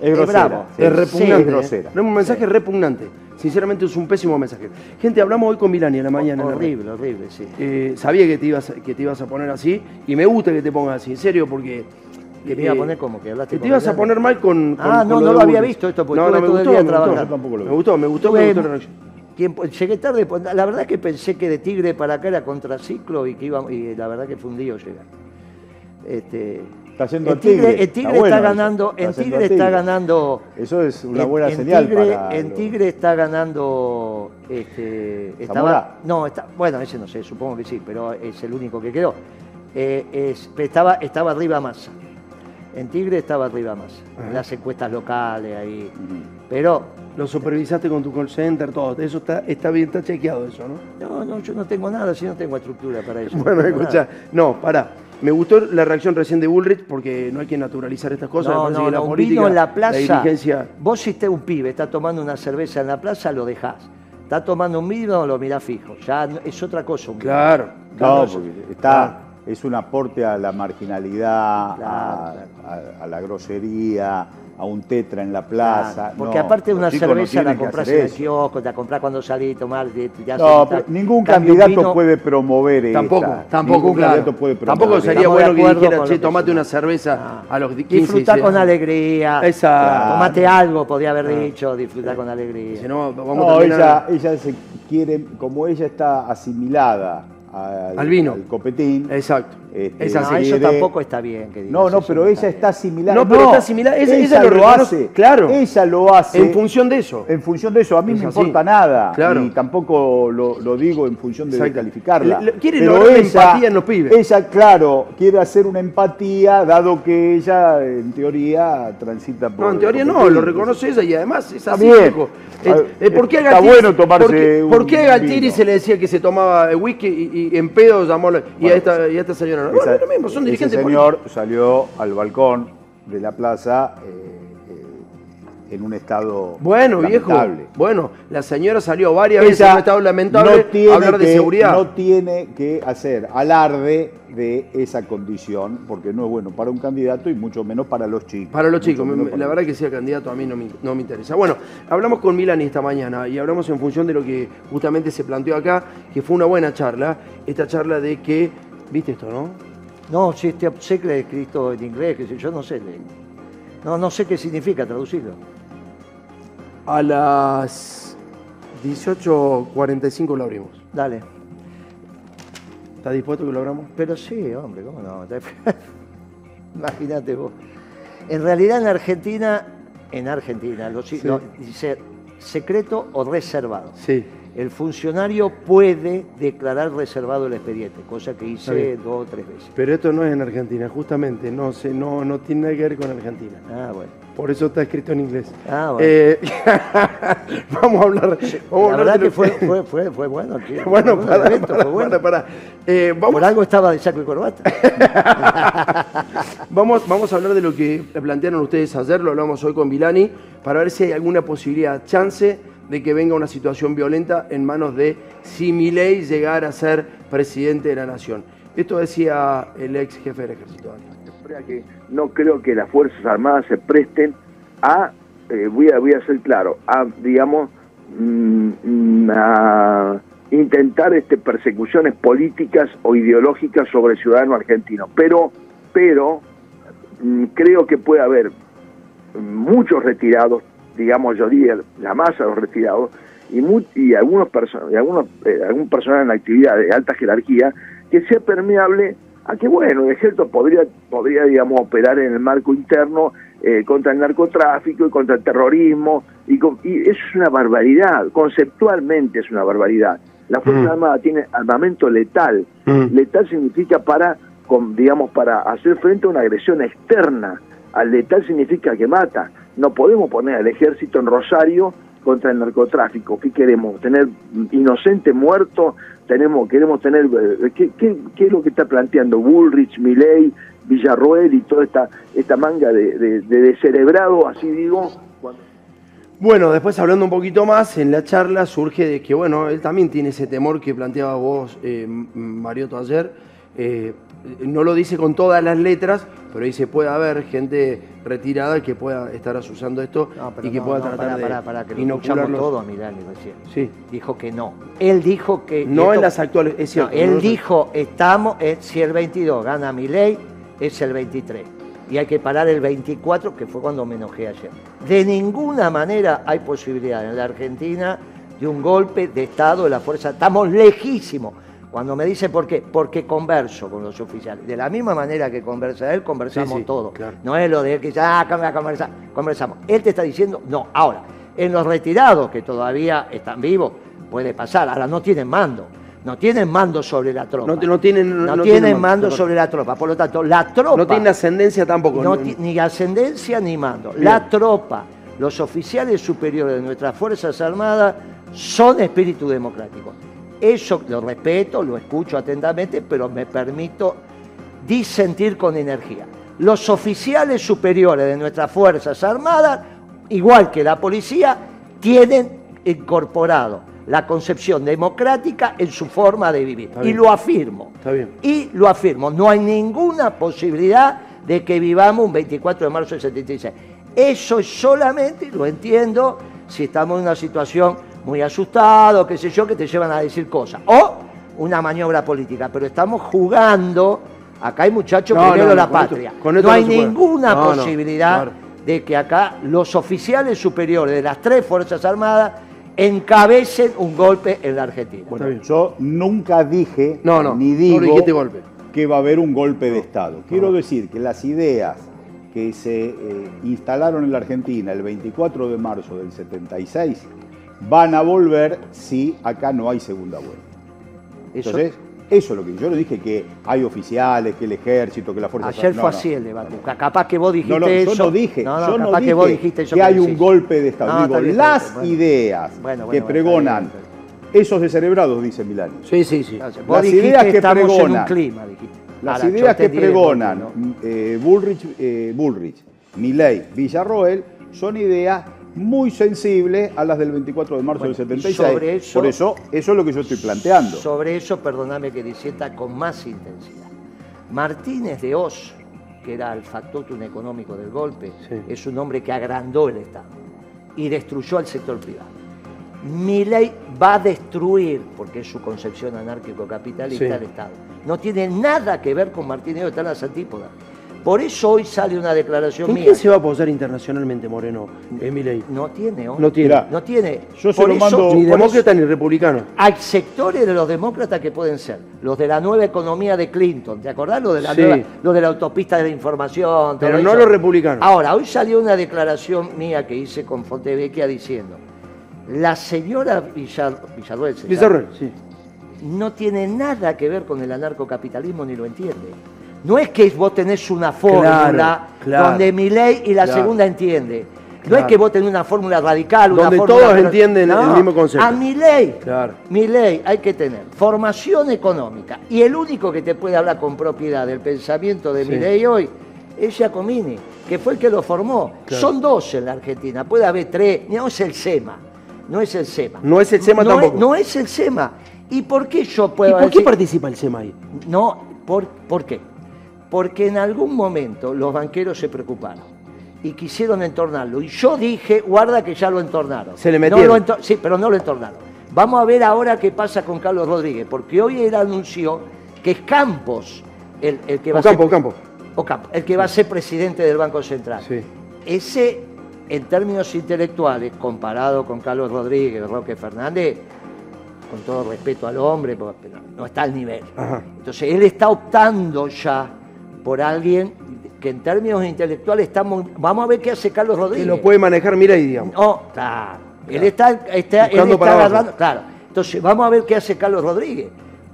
Es grosera, bravo, sí. es repugnante. Sí, ¿eh? grosera. Es un mensaje repugnante. Sinceramente es un pésimo mensaje. Gente, hablamos hoy con Milani a la mañana. en la radio. Horrible, horrible, sí. Eh, sabía que te, ibas, que te ibas a poner así y me gusta que te pongas así, en serio, porque... Que me eh, iba a poner como que hablaste Que te con ibas a Milani. poner mal con... con- Ah, con no, lo no de lo había Bullrich. visto esto, porque no, no, estuve me todo el gustó, día me gustó. trabajando. Me gustó, me gustó, me Tuve gustó la reacción. tiempo- llegué tarde, pues, la verdad que pensé que de Tigre para acá era contraciclo y que iba, y eh, la verdad que fue un lío llegar. Este, Está yendo el a Tigre. Tigre, el Está Tigre bueno está eso. ganando, Está el yendo Tigre a está Tigre. ganando Eso es una en- buena en señal Tigre, para en los- Tigre está ganando. Este, ¿Zamora? estaba, no, está, bueno, ese no sé, supongo que sí, pero es el único que quedó. Eh, es- estaba, estaba arriba Massa. En Tigre estaba arriba Massa. En las encuestas locales ahí. Pero. Lo supervisaste con tu call center, todo. Eso está, está bien, está chequeado eso, ¿no? No, no, yo no tengo nada, si no tengo estructura para eso. Bueno, no tengo escucha, nada. no, pará. Me gustó la reacción recién de Bullrich porque no hay que naturalizar estas cosas. me No, parece no, que la no, un política, vino en la plaza. dirigencia- Vos si estés un pibe, está tomando una cerveza en la plaza, lo dejás. Está tomando un vino, lo mirás fijo. Ya no- es otra cosa. un vino. No, es- porque Ah. está, es un aporte a la marginalidad, a, a- a la grosería, a un tetra en la plaza. Claro, porque No, aparte de los una chicos no cerveza tienen la que compras hacer en el eso. kiosco, la compras cuando salís a tomar. te- te hacen No, un pero ta- ningún cambio, un candidato vino- puede promover esta. Tampoco, tampoco, Ningún claro. candidato puede promover Tampoco esta. sería Estamos de bueno que acuerdo dijera, con che, lo que tomate una Ah. cerveza a los 15. Disfrutar sí. con alegría. Exacto. Tomate algo, podía Ah. haber dicho, Eh, disfrutar con alegría. Si no, vamos No, a terminar. ella, ella se quiere, como ella está asimilada al, Al vino. copetín. este, Exacto. Es así. Eh, No, eso tampoco está bien que digas No, no, eso, pero no ella está está asimilada. No, pero está asimilada, ella- ella lo reconoce, hace. claro. Ella lo hace. En función de eso. En función de eso, a mí Es no me así. importa nada. Claro. Y tampoco lo, lo digo en función de Exacto. calificarla. Le- le- quiere lograr una empatía en los pibes. Ella, claro, quiere hacer una empatía, dado que ella, en teoría, transita por. No, en teoría no, Copetín. lo reconoce ella y además es así, bien. viejo. Eh, eh, ¿Por qué a Está Galtieri- bueno tomarse por qué- un ¿Por qué a Galtieri vino. se le decía que se tomaba eh, whisky y, y en pedo llamó la- y, a esta, y a esta señora? No, Esa- bueno, es lo mismo, son ese dirigentes señor salió al balcón de la plaza eh, eh, en un estado Bueno, viejo. lamentable. Bueno, la señora salió varias veces en Ella un estado lamentable no tiene a hablar de que- seguridad. No tiene que hacer alarde de esa condición, porque no es bueno para un candidato y mucho menos para los chicos. Para los Mucho chicos, me- menos me- para la los verdad que sea candidato a mí no me, no me interesa. Bueno, hablamos con Milani esta mañana y hablamos en función de lo que justamente se planteó acá, que fue una buena charla. Esta charla de que, ¿viste esto, no? No, si este obsequio es escrito en inglés, que yo no sé. leer. No, no sé qué significa traducirlo. A las 18.45 lo abrimos. Dale. ¿Estás dispuesto que lo abramos? Pero sí, hombre, ¿cómo no? Imagínate vos. En realidad en Argentina, en Argentina, lo, si- Sí. lo- dice secreto o reservado. Sí. El funcionario puede declarar reservado el expediente, cosa que Está hice bien. dos o tres veces. Pero esto no es en Argentina, justamente. No, se, no, no tiene nada que ver con Argentina. Ah, bueno. Por eso está escrito en inglés. Ah, bueno. Eh, vamos a hablar. Vamos a La hablar verdad de que lo fue, fue, fue, fue bueno. tío. Bueno, Fue pará, evento, pará, fue bueno. pará, pará. Eh, vamos, Por algo estaba de saco y corbata. Vamos, vamos a hablar de lo que plantearon ustedes ayer, lo hablamos hoy con Vilani, para ver si hay alguna posibilidad, chance de que venga una situación violenta en manos de si Milei llegara a ser presidente de la nación. Esto decía el ex jefe del ejército. Dani. que no creo que las Fuerzas Armadas se presten a, eh, voy a, voy a ser claro, a, digamos, mm, mm, a intentar este, persecuciones políticas o ideológicas sobre ciudadano argentino. Pero, pero, mm, creo que puede haber muchos retirados, digamos, yo diría la masa de los retirados, y, mu- y algunos, perso- y algunos eh, algún personal en la actividad de alta jerarquía que sea permeable a que, bueno, el ejército podría, podría digamos, operar en el marco interno eh, contra el narcotráfico y contra el terrorismo, y, con- y eso es una barbaridad, conceptualmente es una barbaridad. La Fuerza Armada tiene armamento letal, Letal significa para, con- digamos, para hacer frente a una agresión externa. Al letal significa que mata. No podemos poner al ejército en Rosario contra el narcotráfico. ¿Qué queremos? ¿Tener mm, inocente muerto? ¿Tenemos, queremos tener... eh, ¿qué, qué, qué es lo que está planteando Bullrich, Milei, Villarroel y toda esta, esta manga de, de, de descerebrado, así digo? cuando- Bueno, después hablando un poquito más, en la charla surge de que, bueno, él también tiene ese temor que planteaba vos, eh, M- Mariotto, ayer. Eh, no lo dice con todas las letras, pero dice puede haber gente retirada que pueda estar asusando esto y que pueda tratar para, de para, para, que lo escuchamos inocularlos. todo a Milani recién. Sí. Dijo que no. Él dijo que... No y en las actuales, es cierto, él no las- dijo, estamos, eh, si el 22 gana Milei, es el 23. Y hay que parar el 24, que fue cuando me enojé ayer. De ninguna manera hay posibilidad en la Argentina de un golpe de Estado de la fuerza. Estamos lejísimos. Cuando me dice por qué, porque converso con los oficiales. De la misma manera que conversa él, conversamos sí, todos. claro. No es lo de él que dice, ah, acá me va a conversar. Conversamos. Él te está diciendo, no. Ahora, en los retirados que todavía están vivos, puede pasar. Ahora no tienen mando. No tienen mando sobre la tropa. No, te- no tienen, No no tienen mando correcto. sobre la tropa. Por lo tanto, la tropa. No tienen ascendencia tampoco. no no- ti- ni ascendencia ni mando. Bien. La tropa, los oficiales superiores de nuestras Fuerzas Armadas son espíritu democrático. Eso lo respeto, lo escucho atentamente, pero me permito disentir con energía. Los oficiales superiores de nuestras Fuerzas Armadas, igual que la policía, tienen incorporado la concepción democrática en su forma de vivir. Y bien. lo afirmo. Está bien. Y lo afirmo, no hay ninguna posibilidad de que vivamos un 24 de marzo del 76. Eso es solamente, y lo entiendo, si estamos en una situación muy asustado, qué sé yo, que te llevan a decir cosas. O una maniobra política, pero estamos jugando, acá hay muchachos No, no, primero no, la con esto- patria. con esto no no hay se puede. ninguna No, no, posibilidad claro. de que acá los oficiales superiores de las tres Fuerzas Armadas encabecen un golpe en la Argentina. Bueno, yo nunca dije ni no digo dijiste golpe. que va a haber un golpe de Estado. Quiero decir que las ideas que se eh, instalaron en la Argentina el 24 de marzo del 76 van a volver si acá no hay segunda vuelta. Eso- Entonces, eso es lo que yo no dije que hay oficiales, que el ejército, que la fuerza Ayer fue así el debate. Capaz que vos dijiste no, no, eso. Yo no dije, No, no, yo no capaz dije que vos dijiste eso. que hay un decís. golpe de Estado. No, Digo, está bien, está las bien, bueno. ideas Bueno, bueno, que bueno, está pregonan esos descerebrados, dice Milani. Sí, sí, sí. Vos Las dijiste ideas que estamos en un pregonan, clima, dijiste. las Ahora, yo ideas que entendí el pregonan golpe, eh, Bullrich, eh, Bullrich, Milei, Villarroel, son ideas muy sensibles a las del 24 de marzo del y 76. sobre eso- Por eso, eso es lo que yo estoy ¿no? planteando. Sobre eso, perdoname que disienta con más intensidad. Martínez de Oz, que era el factotum económico del golpe, es un hombre que agrandó el Estado y destruyó al sector privado. Milei va a destruir, porque es su concepción anárquico-capitalista, Sí. el Estado. No tiene nada que ver con Martínez de Oz, están las antípodas. Por eso hoy sale una declaración ¿En mía. quién se va a apoyar internacionalmente Moreno, Emiley? No tiene, hombre. No tiene. Mirá, no tiene. Yo se Por lo eso- mando. Ni por demócrata ni republicano. hay sectores de los demócratas que pueden ser los de la nueva economía de Clinton, ¿te acordás? Lo de la, Sí. nueva- lo de la autopista de la información. todo Pero no eso. los republicanos. Ahora, hoy salió una declaración mía que hice con Fontevecchia diciendo, la señora Villar, Villarruel, ¿se llama? Pizarro, sí. no tiene nada que ver con el anarcocapitalismo ni lo entiende. No es que vos tenés una fórmula claro. donde mi ley y la Claro. segunda entiende. No Claro. es que vos tenés una fórmula radical, una Donde fórmula... todos pero- entienden el No, mismo concepto. A mi ley Claro. mi ley, hay que tener formación económica. Y el único que te puede hablar con propiedad del pensamiento de Sí. mi ley hoy es Giacomini, que fue el que lo formó. Claro. Son dos en la Argentina, puede haber tres. No es el SEMA, no es el SEMA. No es el SEMA no tampoco. Es, no es el SEMA. ¿Y por qué yo ¿Y puedo por qué decir- participa el SEMA ahí? No, ¿por, ¿por qué? Porque en algún momento los banqueros se preocuparon y quisieron entornarlo. Y yo dije, guarda que ya lo entornaron. Se le No metieron. lo entor- sí, pero no lo entornaron. Vamos a ver ahora qué pasa con Carlos Rodríguez, porque hoy él anunció que es Campos el, el que va a Ocampo, ser... Ocampo. Ocampo, el que va a ser presidente del Banco Central. Sí. Ese, en términos intelectuales, comparado con Carlos Rodríguez, Roque Fernández, con todo respeto al hombre, pero no está al nivel. Ajá. Entonces él está optando ya por alguien que en términos intelectuales está muy- Vamos a ver qué hace Carlos Que Rodríguez. lo puede manejar Milei, digamos. No, claro. Él está, está- él Buscando está para abajo. agarrando. Claro. Entonces, vamos a ver qué hace Carlos Rodríguez.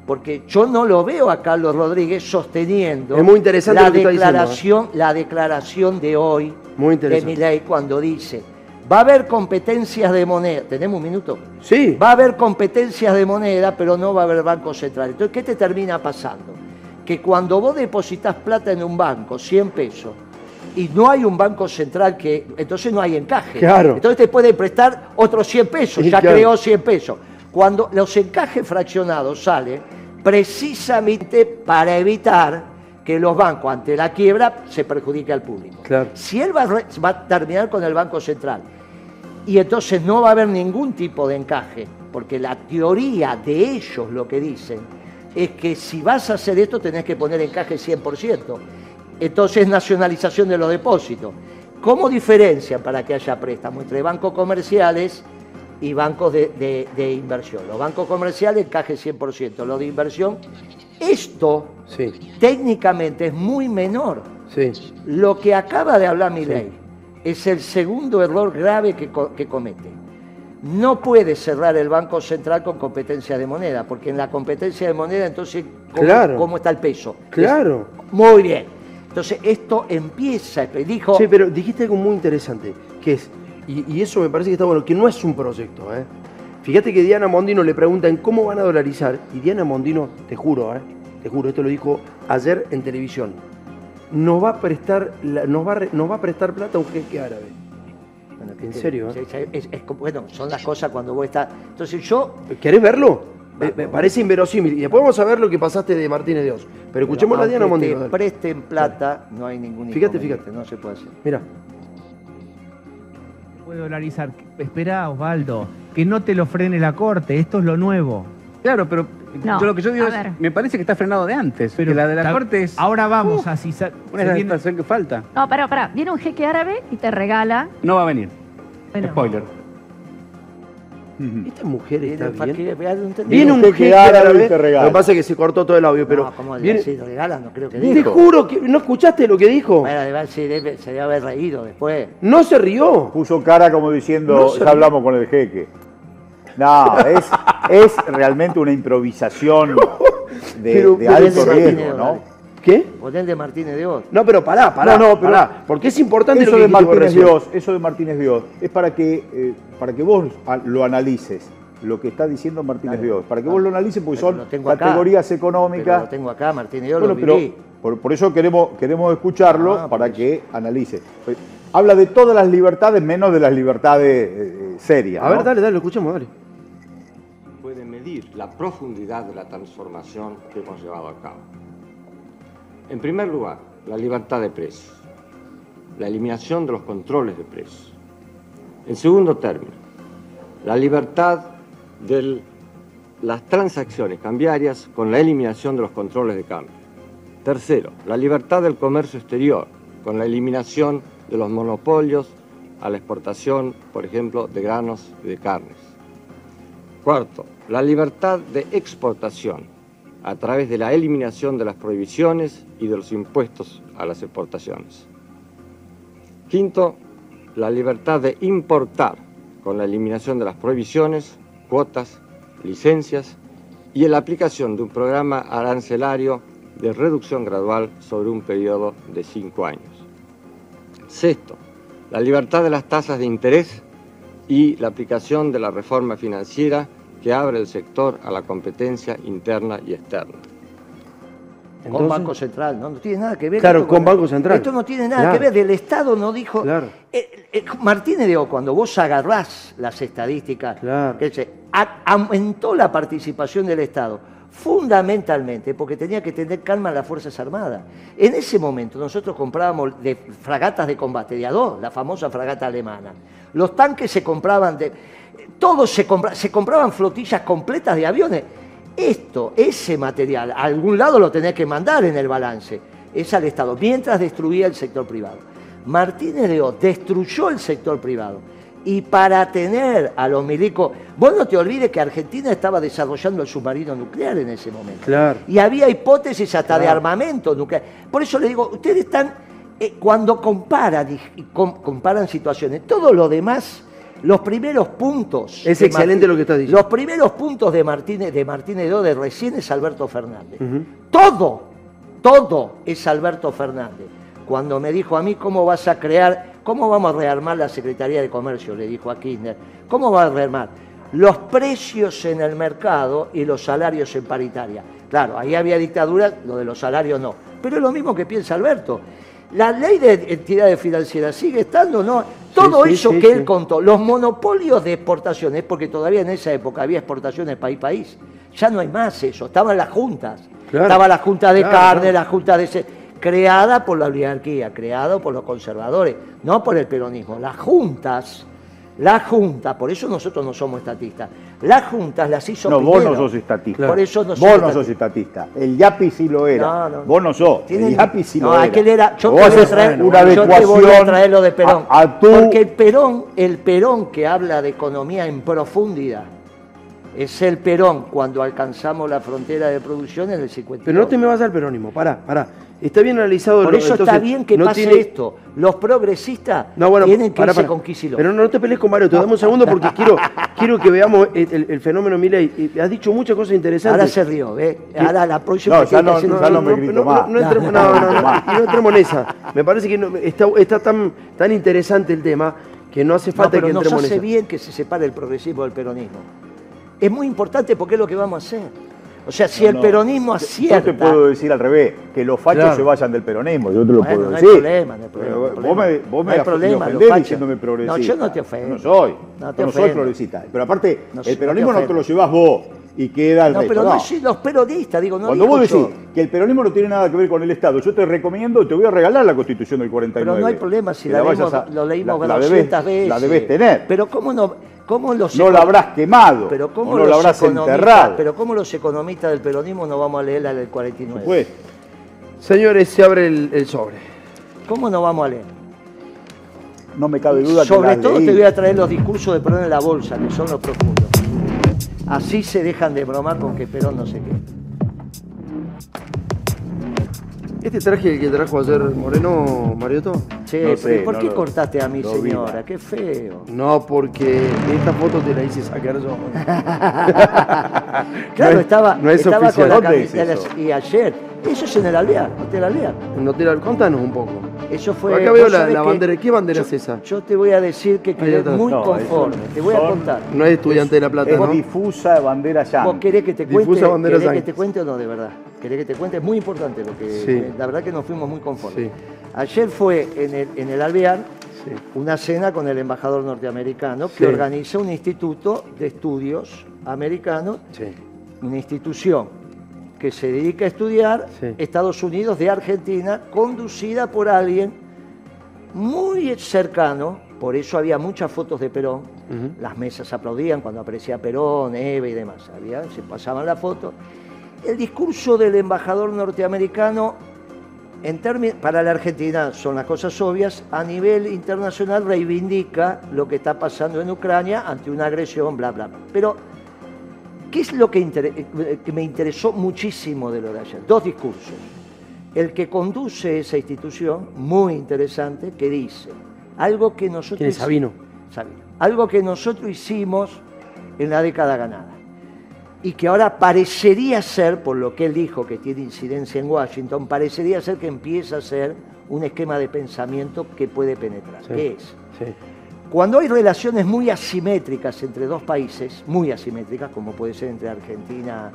Porque yo no lo veo a Carlos Rodríguez sosteniendo Es muy interesante la, lo que está diciendo, ¿eh? declaración, la declaración de hoy Muy de interesante. Milei cuando dice va a haber competencias de moneda. ¿Tenemos un minuto? Sí. Va a haber competencias de moneda, pero no va a haber banco central. Entonces, ¿qué te termina pasando? Que cuando vos depositas plata en un banco, 100 pesos, y no hay un banco central que. Entonces no hay encaje. Claro. Entonces te pueden prestar otros 100 pesos, Sí, ya claro. creó 100 pesos. Cuando los encajes fraccionados salen, precisamente para evitar que los bancos ante la quiebra se perjudique al público. Claro. Si él va a, re- va a terminar con el Banco Central y entonces no va a haber ningún tipo de encaje, porque la teoría de ellos lo que dicen es que si vas a hacer esto tenés que poner encaje 100%. Entonces nacionalización de los depósitos. ¿Cómo diferencian para que haya préstamo entre bancos comerciales y bancos de, de- de inversión? Los bancos comerciales encaje 100%, los de inversión. Esto técnicamente es muy menor Sí. lo que acaba de hablar Milei es el segundo error grave que, co- que comete. No puede cerrar el Banco Central con competencia de moneda, porque en la competencia de moneda entonces ¿cómo, Claro. cómo está el peso? Claro. Es- muy bien. Entonces esto empieza, dijo... Sí, pero dijiste algo muy interesante, que es, y, y eso me parece que está bueno, que no es un proyecto, ¿eh? Fíjate que Diana Mondino le preguntan cómo van a dolarizar, y Diana Mondino, te juro, ¿eh? te juro, esto lo dijo ayer en televisión, nos va a prestar, la- nos va a re- nos va a prestar plata un jeque árabe. en serio, ¿eh? Es- es- es como- bueno, son las cosas cuando vos estás. Entonces yo. ¿Querés verlo? Me, me parece inverosímil. Y después vamos a ver lo que pasaste de Martínez de Oz. Pero escuchemos la aunque Diana te Mondino. dale. presten plata, no hay ningún Fíjate, inconveniente, No se puede hacer. Mira. Puede dolarizar. Espera, Osvaldo, que no te lo frene la corte. Esto es lo nuevo. Claro, pero No, yo lo que yo digo a es, ver. me parece que está frenado de antes, pero la de la Ta- corte es Ahora vamos a si sa- una se viene- situación que falta. No, pará, pará. Viene un jeque árabe y te regala. No va a venir. Bueno. Spoiler. Esta mujer está bien. Viene, Viene un jeque árabe. Lo que pasa es que se cortó todo el audio, pero. No, ¿cómo le viene- decís? regala? No creo que Te dijo. juro que no escuchaste lo que dijo. Bueno, además, sí, debe- se debe haber reído después. No se rió. Puso cara como diciendo, No se ya rió. hablamos con el jeque. No, es, es realmente una improvisación de, Pero- de pero alto es- riesgo, ¿no? ¿Qué? Ponel de Martínez de Oz. No, pero pará, pará. No, no, pero- pará, Porque es importante eso lo que de dijiste vos Martínez recién. Dios, eso de Martínez Dios, es para que, eh, para que vos a- lo analices, lo que está diciendo Martínez Dios, Ah, para que vos lo analices porque son tengo acá. categorías Pero lo económicas. tengo acá, Martínez de Oz, Bueno, lo pero viví. por, por eso queremos, queremos escucharlo Ah, para que analice. Pues, Habla de todas las libertades menos de las libertades eh, eh, serias. A ver, ¿no? dale, dale, lo escuchemos, dale. puede medir la profundidad de la transformación que hemos llevado a cabo. En primer lugar, la libertad de precios, la eliminación de los controles de precios. En segundo término, la libertad de las transacciones cambiarias con la eliminación de los controles de cambio. Tercero, la libertad del comercio exterior con la eliminación de los monopolios a la exportación, por ejemplo, de granos y de carnes. Cuarto, la libertad de exportación a través de la eliminación de las prohibiciones y de los impuestos a las exportaciones. Quinto, la libertad de importar con la eliminación de las prohibiciones, cuotas, licencias y la aplicación de un programa arancelario de reducción gradual sobre un periodo de cinco años. Sexto, la libertad de las tasas de interés y la aplicación de la reforma financiera que abre el sector a la competencia interna y externa. con Banco Central, ¿no? No tiene nada que ver. Claro, esto con Banco Central. Esto no tiene nada Claro. que ver. El Estado no dijo. Claro. Eh, eh, Martínez de O, cuando vos agarrás las estadísticas, que dice, "A- aumentó la participación del Estado, fundamentalmente porque tenía que tener calma las Fuerzas Armadas. En ese momento nosotros comprábamos de fragatas de combate, de a dos, la famosa fragata alemana. Los tanques se compraban de. Todos se, compra- se compraban flotillas completas de aviones. Esto, ese material, a algún lado lo tenés que mandar en el balance. Es al Estado, mientras destruía el sector privado. Martínez de Oz destruyó el sector privado. Y para tener a los milicos, vos no te olvides que Argentina estaba desarrollando el submarino nuclear en ese momento. Claro. Y había hipótesis hasta de Claro. armamento nuclear. Por eso le digo, ustedes están, eh, cuando comparan, y- y com- comparan situaciones, todo lo demás, los primeros puntos... Es de excelente lo que estás diciendo. Los primeros puntos de Martínez de, Martínez de, Oz de recién es Alberto Fernández. Todo, todo es Alberto Fernández. Cuando me dijo a mí, ¿cómo vas a crear, cómo vamos a rearmar la Secretaría de Comercio? Le dijo a Kirchner, ¿cómo va a rearmar? Los precios en el mercado y los salarios en paritaria. Claro, ahí había dictadura, lo de los salarios no. Pero es lo mismo que piensa Alberto. La ley de entidades financieras sigue estando, ¿no? Todo sí, eso sí, que él sí. contó, los monopolios de exportaciones, porque todavía en esa época había exportaciones país-país, ya no hay más eso, estaban las juntas. Claro. Estaba la Junta de Claro, Carne, claro. la Junta de... Ce- creada por la oligarquía, creada por los conservadores, no por el peronismo. Las juntas, las juntas, por eso nosotros no somos estatistas, las juntas las hizo No, vos Piñera. no sos estatista. Por eso no vos soy no estatista. sos estatista. El Yapi sí lo era. No, no. Vos no sos. Tiene- El Yapi sí no, lo era. aquel era. Yo vos te voy a haces una traer yo adecuación te voy a traer lo de Perón. a- a tu- Porque el Perón, el Perón que habla de economía en profundidad, es el Perón cuando alcanzamos la frontera de producción en el 50. Pero no te me vas al perónimo, pará, pará. Está bien analizado Por lo- eso está entonces, bien que no pase tiene- esto. Los progresistas No, bueno, tienen que pará, irse pará. con Kicillof. Pero no, no te pelees con Mario, te dame un segundo porque quiero, quiero que veamos el, el- el fenómeno Milei. Y Has dicho muchas cosas interesantes. Ahora se rió, ¿ves? Ahora la próxima No, que ya no, haciendo- ya no me grito más. No, entremos- no, no, no, no entremos en esa. Me parece que no- está, está tan, tan interesante el tema que no hace No, falta pero que nos entremos en hace esa. bien que se separe el progresismo del peronismo. Es muy importante porque es lo que vamos a hacer. O sea, si No, el no. peronismo acierta. Yo te puedo decir al revés, que los fachos Claro. se vayan del peronismo, yo te lo Bueno, puedo no hay decir. problema, no hay problema, no hay Pero vos problema. me, vos No me hay af- me problema, los ofendés fachos. diciéndome progresista. No, yo no te ofendo. No soy. No te yo no soy ofendo. progresista. Pero aparte, No sé, no el te peronismo no te, ofendo. lo llevas vos y queda el No, resto. pero no, no. si los peronistas, digo, no Cuando digo vos decís yo. que el peronismo no tiene nada que ver con el Estado, yo te recomiendo, te voy a regalar la Constitución del 49. Pero no hay problema si Que la vayas leímos- lo leímos la- la debes- 200 veces. La debes tener. Pero cómo no, cómo los No la habrás quemado, Pero cómo o no la los habrás economistas- enterrado. Pero cómo los economistas del peronismo no vamos a leer la del 49. Señores, se abre el, el sobre. ¿Cómo no vamos a leer? No me cabe duda que Sobre las todo leí. te voy a traer los discursos de Perón en la bolsa, que son los profundos. Así se dejan de bromar con que Perón no sé qué. ¿Este traje que trajo ayer Moreno, Mariotto? Che, pero ¿y ¿por qué cortaste a mi señora? Qué feo. No, porque esta foto te la hice sacar yo. Claro, No es- estaba, no es estaba con oficial. la ¿Dónde es camiseta eso? y ayer. Eso es en el Alvear, Hotel Alvear. En Hotel Al- contanos un poco. Eso fue. Acá veo vos la, sabés la que bandera. ¿Qué bandera yo- es esa? Yo te voy a decir que quedé muy conforme. Te voy a contar. No es estudiante de La Plata, es ¿no? difusa bandera ya. ¿Vos querés que te Difusa cuente, bandera querés que yanqui. te cuente o no, de verdad? ¿Querés que te cuente? Es muy importante lo que... Sí. La verdad que nos fuimos muy conformes. Sí. Ayer fue en el, en el Alvear una cena con el embajador norteamericano que Sí. organizó un instituto de estudios americano, Sí. una institución que se dedica a estudiar Estados Unidos de Argentina, conducida por alguien muy cercano, por eso había muchas fotos de Perón, las mesas aplaudían cuando aparecía Perón, Eve y demás. Había- se pasaban la foto. El discurso del embajador norteamericano, en términ- para la Argentina son las cosas obvias, a nivel internacional reivindica lo que está pasando en Ucrania ante una agresión, bla, bla, bla. Pero, ¿qué es lo que, inter- eh, que me interesó muchísimo de lo de ayer? Dos discursos. El que conduce esa institución, muy interesante, que dice algo que nosotros... ¿Quién es Sabino? Sabino. Algo que nosotros hicimos en la década ganada y que ahora parecería ser, por lo que él dijo que tiene incidencia en Washington, parecería ser que empieza a ser un esquema de pensamiento que puede penetrar. Sí. ¿Qué es? Sí. Cuando hay relaciones muy asimétricas entre dos países, muy asimétricas, como puede ser entre Argentina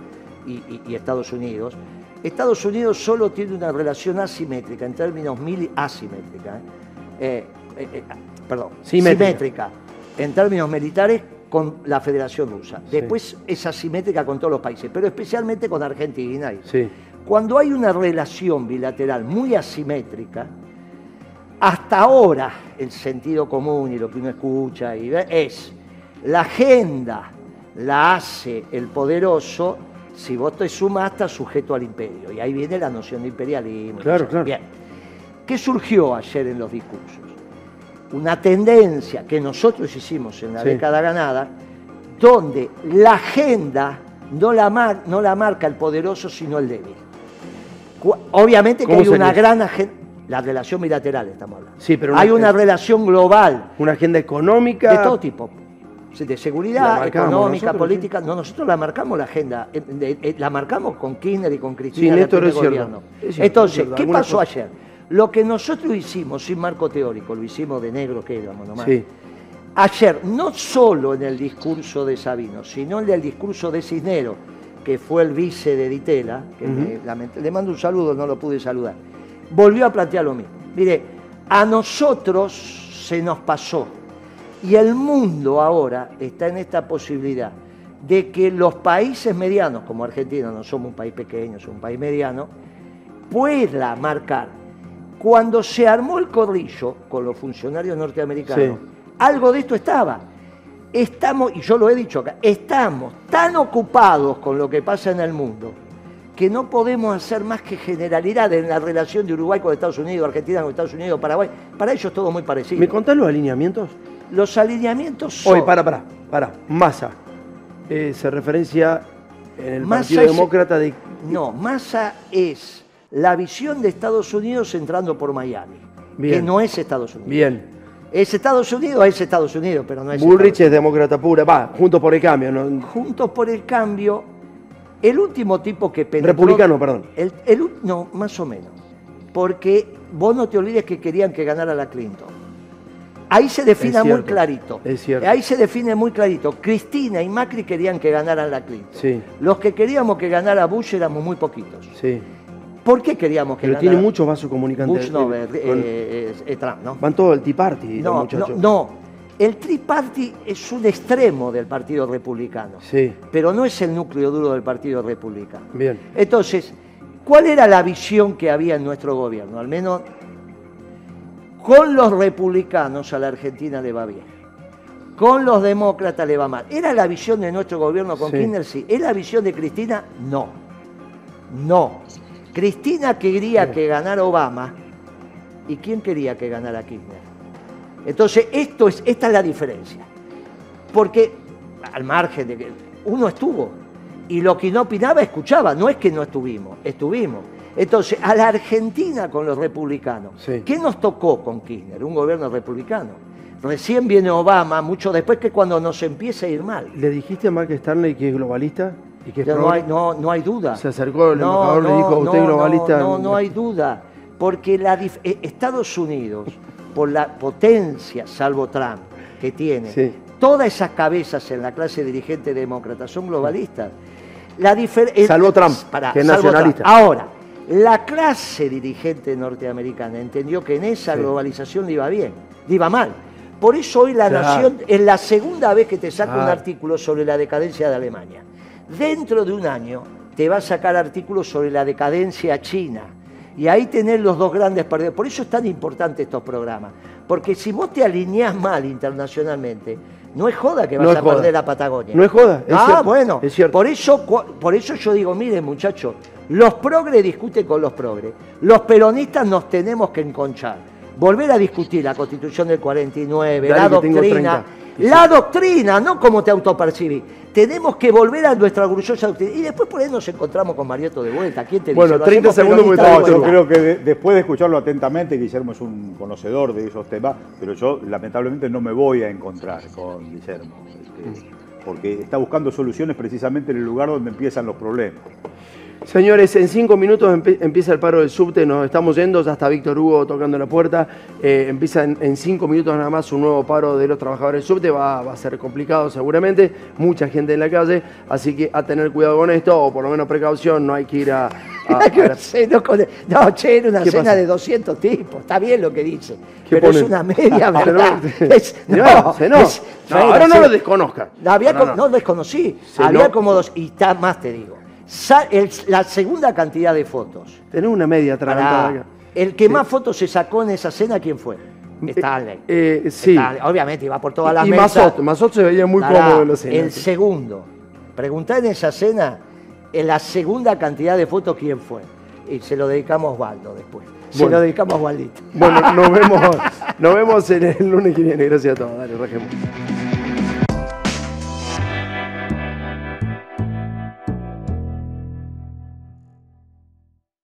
y, y- y Estados Unidos, Estados Unidos solo tiene una relación asimétrica, en términos mil asimétrica, ¿eh? Eh, eh, eh, ah, perdón, Simétrica. simétrica, en términos militares con la Federación Rusa. Después es asimétrica con todos los países, pero especialmente con Argentina. y- Sí. Cuando hay una relación bilateral muy asimétrica, hasta ahora el sentido común y lo que uno escucha y ve es la agenda la hace el poderoso, si vos te sumás estás sujeto al imperio. Y ahí viene la noción de imperialismo. Claro, claro. Bien. ¿Qué surgió ayer en los discursos? Una tendencia que nosotros hicimos en la Sí. década ganada, donde la agenda no la, mar- no la marca el poderoso, sino el débil. Cu- Obviamente que ¿Cómo hay una sería? gran agenda, la relación bilateral estamos hablando. Sí, pero Hay una relación global. Una agenda económica. De todo tipo. Sí, De La seguridad, marcamos económica, nosotros, política. No, nosotros la marcamos la agenda. eh, de- eh, La marcamos con Kirchner y con Sí, Cristina. en el Néstor, primer es cierto. gobierno. Es cierto, es Entonces, cierto. ¿qué Algunas pasó cosas. ayer? Lo que nosotros hicimos sin marco teórico, lo hicimos de negro que éramos nomás. Sí. Ayer, no solo en el discurso de Sabino, sino en el discurso de Cisnero, que fue el vice de Ditela, que Ujú. me- lament- le mando un saludo, no lo pude saludar, volvió a plantear lo mismo. Mire, a nosotros se nos pasó y el mundo ahora está en esta posibilidad de que los países medianos, como Argentina, no somos un país pequeño, somos un país mediano, pueda marcar. Cuando se armó el corrillo con los funcionarios norteamericanos, algo de esto estaba. Estamos, y yo lo he dicho acá, estamos tan ocupados con lo que pasa en el mundo que no podemos hacer más que generalidades en la relación de Uruguay con Estados Unidos, Argentina con Estados Unidos, Paraguay. Para ellos todo muy parecido. ¿Me contás los alineamientos? Los alineamientos son... Oye, para, para, para. Massa. Eh, se referencia en el Massa Partido es- Demócrata de. No, Massa es la visión de Estados Unidos entrando por Miami, que Bien. no es Estados Unidos. Bien. Es Estados Unidos, es Estados Unidos, pero no es Bullrich es demócrata pura. Va, juntos por el cambio. ¿no? Juntos por el Cambio, el último tipo que penetró... Republicano, perdón. El, el ú- no, más o menos. Porque vos no te olvides que querían que ganara la Clinton. Ahí se define Es muy cierto. clarito. Es cierto. Ahí se define muy clarito. Cristina y Macri querían que ganaran la Clinton. Sí, Los que queríamos que ganara Bush éramos muy poquitos. sí. ¿Por qué queríamos que Pero ganara tiene muchos vasos comunicantes. Bush no, Eh, eh, con- eh, eh, Trump, ¿no? Van todo el Tea Party, No, los muchachos. no, no. El Tea Party es un extremo del Partido Republicano, Sí, pero no es el núcleo duro del Partido Republicano. bien. Entonces, ¿cuál era la visión que había en nuestro gobierno? Al menos con los republicanos a la Argentina le va bien. Con los demócratas le va mal. ¿Era la visión de nuestro gobierno con Sí. Kirchner? Sí. ¿Es la visión de Cristina? No. No. Cristina quería que ganara Obama. ¿Y quién quería que ganara Kirchner? Entonces, esto es, esta es la diferencia. Porque, al margen de que uno estuvo, y lo que no opinaba escuchaba, no es que no estuvimos, estuvimos. Entonces, a la Argentina con los republicanos, ¿qué nos tocó con Kirchner? Un gobierno republicano. Recién viene Obama, mucho después que cuando nos empieza a ir mal. ¿Le dijiste a Mark Stanley que es globalista? Y que es Ya no progre? hay, no, no hay duda. Se acercó el embajador, le dijo, "Usted es globalista". No, no hay duda. Porque la dif- eh, Estados Unidos, por la potencia, salvo Trump, que tiene, Sí. todas esas cabezas en la clase dirigente demócrata son globalistas. La difer- eh, Salvo Trump, pará, que es salvo Trump. nacionalista. Ahora, la clase dirigente norteamericana entendió que en esa Sí. globalización le iba bien, le iba mal. Por eso hoy la Claro. nación es la segunda vez que te saca un Claro. artículo sobre la decadencia de Alemania. Dentro de un año te va a sacar artículos sobre la decadencia china. Y ahí tenés los dos grandes perdedores. Por eso es tan importante estos programas. Porque si vos te alineás mal internacionalmente, no es joda que vas No es a joda. perder la Patagonia. No es joda, es ah, cierto, bueno. Por, eso, cu- por eso yo digo, miren muchachos, los progres discuten con los progres. Los peronistas nos tenemos que enconchar. Volver a discutir la constitución del 49, Dale, la que tengo doctrina. 30. La doctrina, no como te autopercibís. Tenemos que volver a nuestra orgullosa doctrina. Y después por ahí nos encontramos con Mariotto de vuelta. ¿Quién te dice? Lo hacemos peronista de No, yo vuelta. creo que de- después de escucharlo atentamente, Guillermo es un conocedor de esos temas, pero yo lamentablemente no me voy a encontrar con Guillermo, este, porque está buscando soluciones precisamente en el lugar donde empiezan los problemas. Señores, en cinco minutos empe- empieza el paro del subte, nos estamos yendo, ya está Víctor Hugo tocando la puerta, eh, empieza en, en cinco minutos nada más un nuevo paro de los trabajadores del subte, va, va a ser complicado seguramente, mucha gente en la calle, así que a tener cuidado con esto, o por lo menos precaución, no hay que ir a... a- a la- Sí, no, con- no, che, era una Ah, ¿Qué cena pasa? de 200 tipos. Está bien lo que dice. ¿Qué Pero es ponen? una media verdad. Es- Mirá, se no. es- No, era ahora no así. lo desconozca. Había No, com- no, no, no. desconocí. Se Había lo- como dos. Y está más, te digo. Sa- el- la segunda cantidad de fotos. Tenés una media Pará. atragantada acá. El que más fotos se sacó en esa cena, ¿quién fue? Stanley. Eh, sí. Stanley. Obviamente iba por todas las y mesas. Mazot, Mazot se veía muy Pará, cómodo en la cena. El segundo. Preguntá en esa cena, en la segunda cantidad de fotos, quién fue. Y se lo dedicamos a Osvaldo después. Se Bueno. lo dedicamos a Osvaldito. Bueno, nos vemos, nos vemos el, el lunes que viene. Gracias a todos. Dale, rajemos.